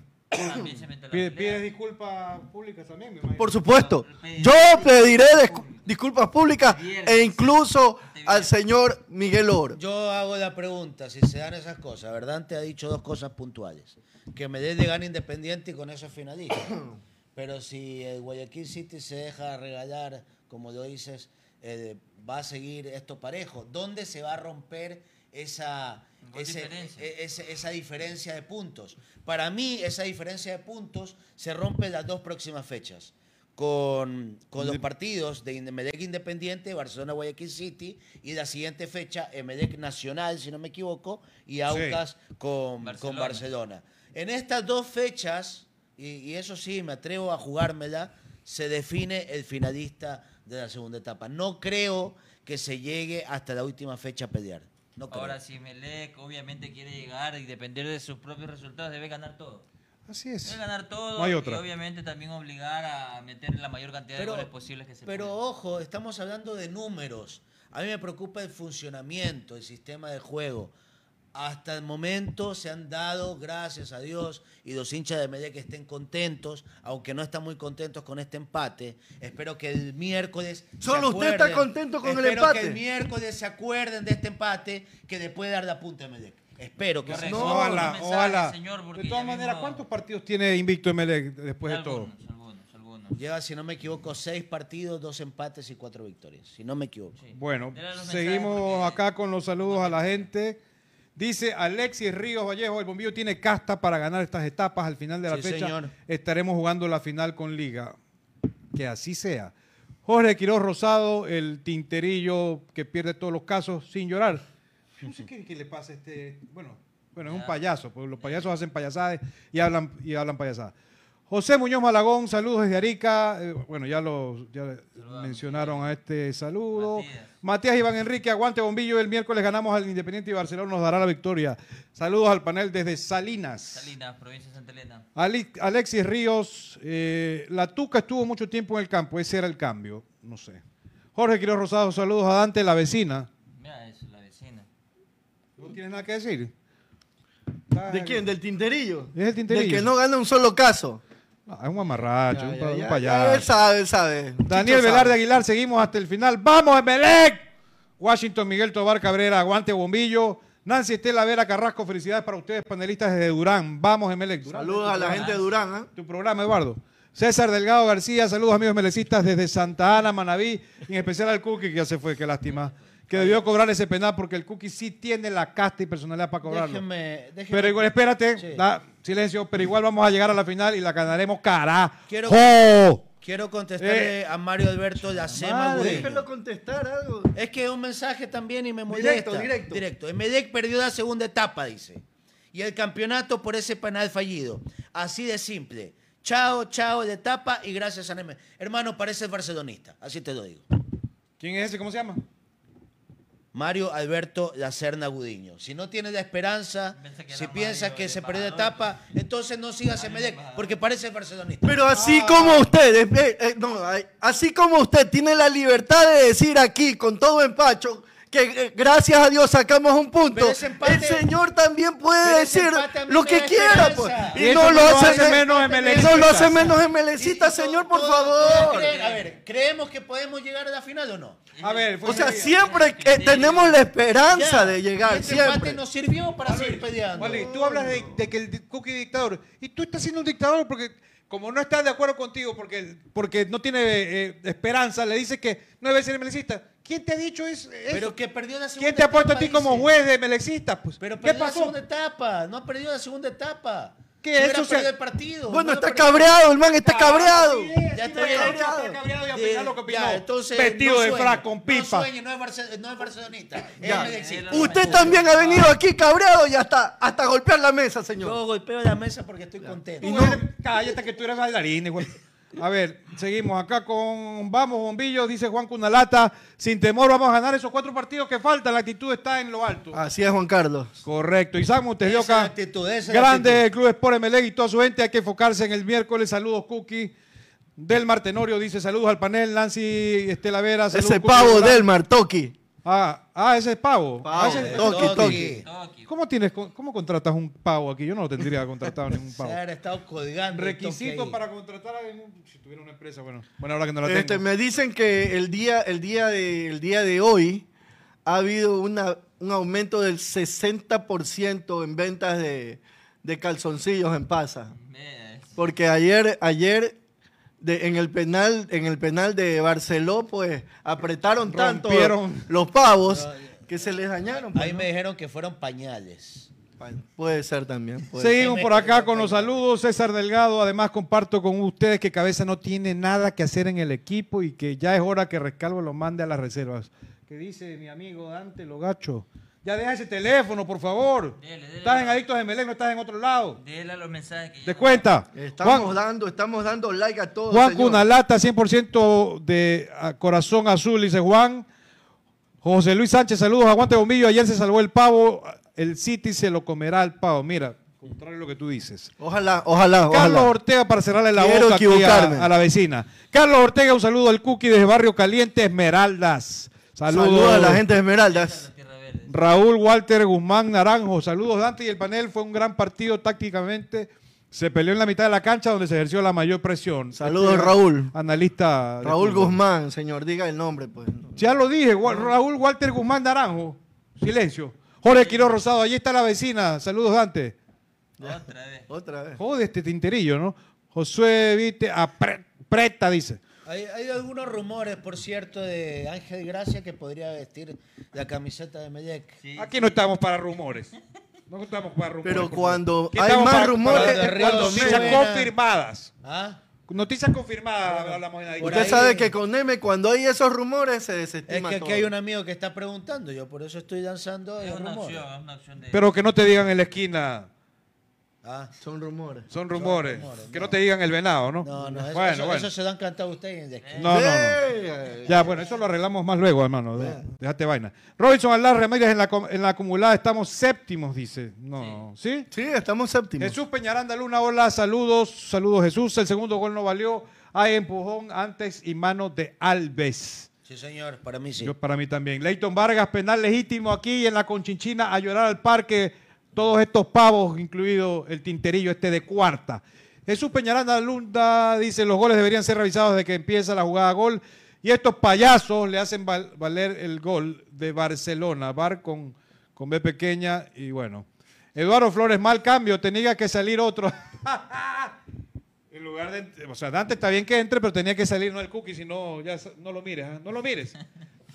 S7: Pide,
S10: pide disculpas públicas también, me imagino.
S11: Por supuesto. Yo pediré discu- disculpas públicas e incluso al señor Miguel Oro.
S9: Yo hago la pregunta, si se dan esas cosas, ¿verdad? Te ha dicho dos cosas puntuales. Que me dé de gana independiente y con eso es finalista. Pero si el Guayaquil City se deja regalar, como lo dices, eh, va a seguir esto parejo. ¿Dónde se va a romper esa, ese- e- ese- esa diferencia de puntos? Para mí, esa diferencia de puntos se rompe en las dos próximas fechas. Con, con los partidos de Inde- Emelec Independiente, Barcelona Guayaquil City y la siguiente fecha Emelec Nacional, si no me equivoco, y Aucas con, con Barcelona. En estas dos fechas, y, y eso sí, me atrevo a jugármela, se define el finalista de la segunda etapa. No creo que se llegue hasta la última fecha a pelear. No creo.
S7: Ahora, si Melec obviamente quiere llegar y depender de sus propios resultados, debe ganar todo.
S10: Así es.
S7: Debe ganar todo
S10: No hay
S7: y
S10: otra.
S7: obviamente también obligar a meter la mayor cantidad
S9: Pero-
S7: de goles posibles que se
S9: Pero ojo, estamos hablando de números. A mí me preocupa el funcionamiento, el sistema de juego. Hasta el momento se han dado, gracias a Dios, y los hinchas de Medellín que estén contentos, aunque no están muy contentos con este empate. Espero que el miércoles. se
S11: Solo usted está
S9: acuerden-
S11: contento con el
S9: espero
S11: empate.
S9: que el miércoles se acuerden de este empate que le puede dar la punta a Medellín. Espero que sí.
S10: ojalá, ojalá.
S7: de todas maneras,
S10: ¿Cuántos partidos tiene invicto Emelec después de todo?
S9: Lleva, si no me equivoco, seis partidos, dos empates y cuatro victorias. Si no me equivoco.
S10: Bueno, seguimos acá con los saludos a la gente. Dice Alexis Ríos Vallejo, el bombillo tiene casta para ganar estas etapas al final de la
S9: Sí,
S10: fecha.
S9: señor.
S10: Estaremos jugando la final con Liga. Que así sea. Jorge Quiroz Rosado, el tinterillo que pierde todos los casos sin llorar. No sé qué, qué le pasa a este. Bueno, bueno, es un payaso, pues los payasos hacen payasadas y hablan, y hablan payasadas. José Muñoz Malagón, saludos desde Arica. Eh, bueno, ya lo ya mencionaron a este saludo. Matías. Iván Enrique, aguante bombillo. El miércoles ganamos al Independiente y Barcelona nos dará la victoria. Saludos al panel desde Salinas.
S7: Salinas, provincia de Santa Elena.
S10: Ali- Alexis Ríos, eh, la Tuca estuvo mucho tiempo en el campo, ese era el cambio, no sé. Jorge Quiroz Rosado, saludos a Dante, la vecina.
S7: Mira eso, la vecina.
S10: ¿No tienes nada que decir?
S11: ¿De quién? ¿Del tinterillo?
S10: Es el tinterillo.
S11: Del que no gana un solo caso.
S10: Ah, es un amarracho, un, pa- un
S11: Ya, ya, Él
S10: payaso.
S11: sabe, él sabe.
S10: Daniel
S11: Chicho
S10: Velarde
S11: sabe.
S10: Aguilar, seguimos hasta el final. ¡Vamos, Emelec! Washington Miguel Tobar Cabrera, aguante bombillo. Nancy Estela Vera Carrasco, felicidades para ustedes, panelistas desde Durán. Vamos, Emelec. Durán,
S11: Saludos
S10: tu
S11: a la gente de
S10: programa.
S11: Durán. ¿ah?
S10: Tu programa, Eduardo. César Delgado García, saludos amigos melecistas desde Santa Ana, Manaví, y en especial al Cookie, que ya se fue, qué lástima, que debió cobrar ese penal porque el Cookie sí tiene la casta y personalidad para cobrarlo.
S9: Déjeme- déjeme-
S10: Pero igual, espérate,
S9: Sí.
S10: da silencio, pero igual vamos a llegar a la final y la ganaremos cara.
S9: Quiero- Quiero contestarle
S10: Eh.
S9: a Mario Alberto la Sema
S10: madre.
S9: Gudeño.
S11: Déjelo contestar algo.
S9: Es que es un mensaje también y me molesta.
S11: Directo, directo.
S9: Directo. Emelec perdió la segunda etapa, dice. Y el campeonato por ese penal fallido. Así de simple. Chao, chao de etapa y gracias a Neme. Hermano, pareces barcelonista. Así te lo digo.
S10: ¿Quién es ese? ¿Cómo se llama?
S9: Mario Alberto Lacerna Gudiño. Si no tienes la esperanza, si piensas que se perdió la etapa, entonces no sigas Emelec, porque pareces barcelonista.
S11: Pero así como usted, eh, eh, no, ay, así como usted tiene la libertad de decir aquí con todo empacho
S6: que eh, gracias a Dios sacamos un punto.
S9: Pero ese empate-
S6: el señor también puede
S9: pero ese
S6: decir
S9: empate a mí
S6: lo
S9: me
S6: que
S9: da
S6: quiera. pues.
S9: esperanza.
S6: Y,
S9: Y
S6: no
S9: eso
S6: lo
S9: no lo
S6: hace
S9: hace menos
S6: Y
S9: emelecista.
S6: no lo hace menos emelecista, señor, por favor.
S9: Creen- A ver, ¿creemos que podemos llegar a la final o no?
S8: A ver,
S6: O sea, siempre eh, tenemos la esperanza
S9: Ya,
S6: de llegar,
S9: este
S6: siempre.
S9: empate nos sirvió para seguir peleando.
S8: Vale, tú hablas de, de que el di- cookie es dictador. Y tú estás siendo un dictador porque, como no estás de acuerdo contigo, porque, porque no tiene eh, esperanza, le dices que no debe ser emelexista. ¿Quién te ha dicho eso? eso?
S9: Pero que perdió la segunda
S8: ¿Quién te ha puesto a
S9: etapa,
S8: ti como
S9: dice.
S8: juez de emelexista? Pues,
S9: Pero
S8: ¿Qué
S9: perdió la
S8: pasó?
S9: segunda etapa, no ha perdido la segunda etapa.
S8: ¿Qué?
S9: Si hubiera
S8: Eso se-
S9: perdido el partido.
S6: Bueno,
S9: no
S6: está
S9: lo perdió.
S6: cabreado, el man está cabreado.
S9: Ya está
S8: Siempre
S9: bien.
S8: cabreado, está cabreado y a pesar lo que opinó.
S9: Ya, entonces,
S8: Vestido
S9: no
S8: de
S9: sueñe,
S8: frac con
S9: No
S8: pipa.
S9: sueñe, no es, barce- no es barcelonista. es
S6: Ya.
S9: medellín.
S6: Usted también ha venido aquí cabreado y hasta, hasta golpear la mesa, señor.
S9: Yo golpeo la mesa porque estoy contento.
S8: Tú eres- cállate que tú eres bailarín, igual. A ver, seguimos acá con Vamos Bombillo, dice Juan Cunalata, sin temor vamos a ganar esos cuatro partidos que faltan, la actitud está en lo alto.
S6: Así es, Juan Carlos.
S8: Correcto, y Samu te
S9: Esa
S8: dio
S9: es la
S8: acá.
S9: actitud, esa es la
S8: Grande
S9: actitud.
S8: el Club Sport Emelec y toda su gente, hay que enfocarse en el miércoles. Saludos, Cookie. Del Martenorio dice saludos al panel, Nancy Estela Vera. saludos,
S6: Ese
S8: Cookie,
S6: pavo
S8: hola.
S6: del Martoki.
S8: Ah, ah, ese es pavo.
S6: Pavo,
S8: Ah, ese-
S6: Toki, Toki.
S8: ¿Cómo, tienes, ¿Cómo contratas un pavo aquí? Yo no lo tendría contratado ningún
S9: Se
S8: pavo.
S9: ha estado colgando. el toque
S8: Requisito
S9: ahí.
S8: para contratar a algún- si tuviera una empresa, bueno. Bueno, ahora que no la tengo.
S6: Este, me dicen que el día, el, día de, el día de hoy ha habido una, un aumento del 60% en ventas de, de calzoncillos en pasa. Porque ayer, ayer de- en, el penal, en el penal de Barceló, pues apretaron tanto
S8: Rompieron.
S6: los pavos que se les dañaron. pues,
S9: Ahí
S6: ¿no?
S9: me dijeron que fueron pañales.
S6: Puede ser también. puede ser.
S8: Seguimos por acá con los saludos. César Delgado, además comparto con ustedes que Cabeza no tiene nada que hacer en el equipo y que ya es hora que Rescalvo lo mande a las reservas. ¿Qué dice mi amigo Dante Logacho? Ya deja ese teléfono, por favor.
S7: Dele, dele.
S8: Estás en Adictos de Melec, no estás en otro lado.
S7: Dele a los mensajes que
S8: Te cuenta.
S6: Estamos
S8: Juan-
S6: dando, estamos dando like a todos.
S8: Juan
S6: señor.
S8: Cunalata, 100% de ah, corazón azul, dice Juan. José Luis Sánchez, saludos. Aguante bombillo. Ayer se salvó el pavo. El City se lo comerá el pavo. Mira, contrario a lo que tú dices.
S6: Ojalá, ojalá,
S8: Carlos
S6: ojalá.
S8: Ortega, para cerrarle la
S6: Quiero
S8: boca aquí a-
S6: equivocarme.
S8: a, la vecina. Carlos Ortega, un saludo al Cookie desde Barrio Caliente, Esmeraldas. Saludos.
S6: Saludos a la gente de Esmeraldas.
S8: Raúl Walter Guzmán Naranjo. Saludos, Dante y el panel. Fue un gran partido tácticamente. Se peleó en la mitad de la cancha donde se ejerció la mayor presión.
S6: Saludos,
S8: Este,
S6: Raúl.
S8: Analista. de
S6: Raúl
S8: fútbol.
S6: Guzmán, señor, diga el nombre, pues.
S8: Ya lo dije, Wa- Raúl Walter Guzmán Naranjo. Silencio. Jorge Quiroz Rosado, allí está la vecina. Saludos, Dante.
S7: Otra vez.
S6: Otra vez.
S8: Jode este tinterillo, ¿no? Josué Vite, apre- preta, dice.
S9: Hay, hay algunos rumores, por cierto, de Ángel Gracia que podría vestir la camiseta de Medec.
S8: Aquí no estamos para rumores. No estamos para rumores.
S6: Pero
S8: por
S6: cuando
S8: favor. ¿Qué
S6: hay
S8: estamos
S6: más
S8: para-
S6: rumores,
S8: para-
S9: es
S8: cuando
S9: cuando
S8: noticias
S9: suena.
S8: confirmadas.
S9: ¿Ah?
S8: Noticias confirmadas hablamos en la
S9: Por
S6: Usted
S9: ahí-
S6: sabe que con M, cuando hay esos rumores, se
S9: Es
S6: desestima
S9: que
S6: todo.
S9: aquí hay un amigo que está preguntando, yo por eso estoy lanzando
S7: Es
S9: el
S7: una
S9: rumor.
S7: opción, es una opción de.
S8: Pero que no te digan en la esquina.
S9: Ah,
S6: Son rumores.
S8: Son rumores.
S9: rumores,
S8: que no. te digan el venado, ¿no?
S9: no, no, eso,
S8: bueno,
S9: eso-
S8: bueno.
S9: eso se lo han cantado ustedes en la esquina.
S8: No, no, no.
S6: Eh,
S8: Ya, bueno, eso lo arreglamos más luego, hermano. De- Déjate vaina. Robinson Alar Ramírez en la, com- en la acumulada estamos séptimos, dice. No, ¿sí?
S6: Sí, estamos séptimos.
S8: Jesús Peñaranda Luna, hola, saludos, saludos Jesús. El segundo gol no valió. Hay empujón antes y mano de Alves.
S9: Sí, señor, para mí sí.
S8: Yo para mí también. Leighton Vargas, penal legítimo aquí en la Conchinchina a llorar al parque. Todos estos pavos, incluido el tinterillo este de cuarta. Jesús Peñaranda Lunda dice, los goles deberían ser revisados desde que empieza la jugada gol. Y estos payasos le hacen val- valer el gol de Barcelona. Bar con, con B pequeña y bueno. Eduardo Flores, mal cambio, tenía que salir otro. En lugar de, o sea, Dante está bien que entre, pero tenía que salir no el cookie, si no, ya sa- no lo mires, ¿ah? no lo mires.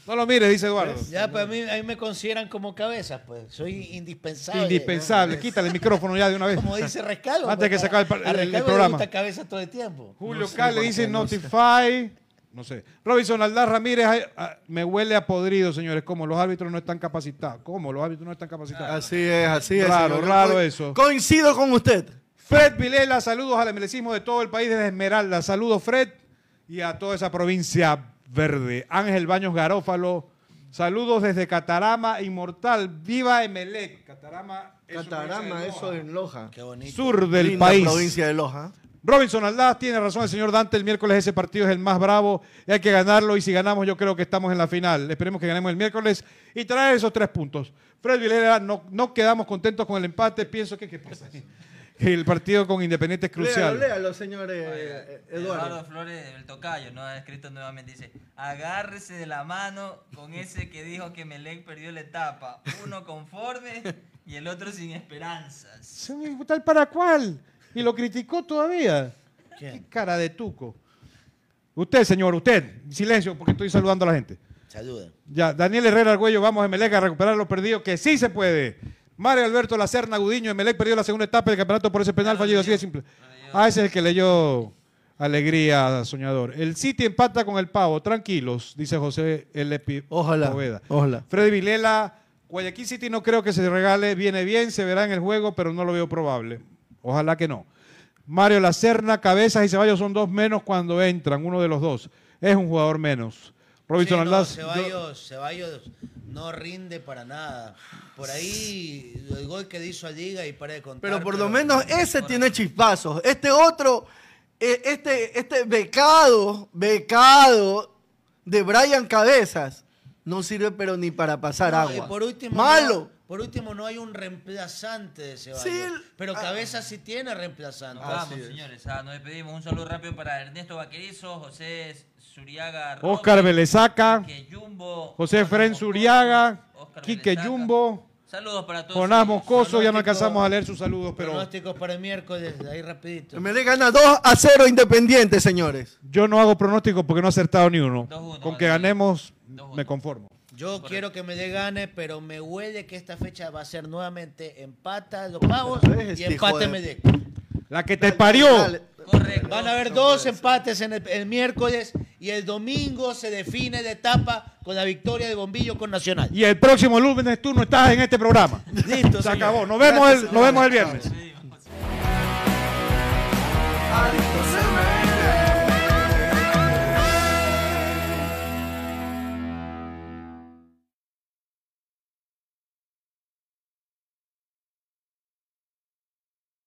S8: No lo mires, dice Eduardo.
S9: Ya, pues a mí, a mí me consideran como cabeza, pues. Soy indispensable.
S8: Indispensable, quítale el micrófono ya de una vez.
S9: Como dice Rescalvo.
S8: Antes que se acabe el par-
S9: programa.
S8: el- el
S9: le
S8: programa.
S9: gusta cabeza todo el tiempo.
S8: Julio Cal le dice Notify. No sé. Robinson Aldaz Ramírez, ay, ah, me huele a podrido, señores, como los árbitros no están capacitados. ¿Cómo? Los árbitros no están capacitados.
S6: Así es, así es.
S8: Raro,
S6: señor. Yo
S8: raro
S6: co-
S8: eso.
S6: Coincido con usted.
S8: Fred Vilela, saludos al emelecismo de todo el país desde Esmeralda. Saludos, Fred, y a toda esa provincia verde. Ángel Baños Garófalo, saludos desde Catarama, inmortal. Viva Emelec. Catarama, es una
S6: Catarama,
S8: provincia de
S6: eso
S8: Loja,
S6: en Loja.
S9: Qué bonito.
S8: Sur del
S6: Linda
S8: país.
S6: provincia de Loja.
S8: Robinson Aldaz tiene razón el señor Dante, el miércoles ese partido es el más bravo y hay que ganarlo y si ganamos yo creo que estamos en la final. Esperemos que ganemos el miércoles y traer esos tres puntos. Fred Vilera, no, no quedamos contentos con el empate, pienso que ¿qué pasa? Que el partido con Independiente es
S18: Léalo,
S8: crucial.
S18: léalo, señor eh, eh,
S7: Eduardo.
S18: Eduardo.
S7: Flores del Tocayo nos ha escrito nuevamente, dice, agárrese de la mano con ese que dijo que Melec perdió la etapa, uno conforme y el otro sin esperanzas.
S8: Se me gusta el para cuál y lo criticó todavía. Qué cara de tuco. Usted, señor, usted, silencio porque estoy saludando a la gente.
S9: Saluda.
S8: Ya, Daniel Herrera Argüello, vamos Emelec a recuperar los perdidos, que sí se puede. Mario Alberto Lacerna Gudiño, Emelec perdió la segunda etapa del campeonato por ese penal fallido, así de simple. Ah, ese es el que leyó Alegría Soñador. El City empata con el Pavo, tranquilos, dice José L. P-
S18: Ojalá.
S8: Poveda.
S18: Ojalá.
S8: Freddy Vilela, Guayaquil City no creo que se regale, viene bien, se verá en el juego, pero no lo veo probable. Ojalá que no. Mario Lacerna, Cabezas y Ceballos son dos menos cuando entran, uno de los dos. Es un jugador menos. Robinson
S9: Sí, no,
S8: Aldaz, yo-
S9: Ceballos, Ceballos no rinde para nada. Por ahí el gol que le hizo a Liga y para de contar.
S18: Pero por lo menos ese tiene chispazos. Este otro, eh, este, este becado, becado de Brian Cabezas, no sirve pero ni para pasar
S9: No, y
S18: agua.
S9: por último,
S18: Malo.
S9: no- por último, no hay un reemplazante de Ceballos.
S18: ah.
S9: pero Cabeza sí tiene reemplazante.
S7: Nos vamos, señores. Ah, nos despedimos. Un saludo rápido para Ernesto Vaquerizo, José Suriaga, Roque,
S8: Oscar Belezaca,
S7: Quique Jumbo,
S8: José Fren Zuriaga,
S7: Oscar
S8: Quique
S7: Belezaca.
S8: Jumbo,
S7: Saludos para todos.
S8: Jonás Moscoso, ya
S9: Pronóstico-
S8: no alcanzamos a leer sus saludos, pero
S9: Pronósticos para el miércoles, ahí rapidito.
S18: Me le gana 2 a 0 Independiente, señores.
S8: yo no hago pronóstico porque no he acertado ni uno. Con que ganemos, me conformo.
S9: Yo quiero que me dé gane, pero me huele que esta fecha va a ser nuevamente empata los pavos y
S18: este hijo
S9: empate
S18: de-
S9: me dé.
S8: La que te parió.
S9: Van a haber dos empates en el, el miércoles y el domingo se define la etapa con la victoria de Bombillo con Nacional.
S8: Y el próximo lunes tú no estás en este programa.
S9: Listo,
S8: Se acabó. Nos vemos el, nos vemos el viernes.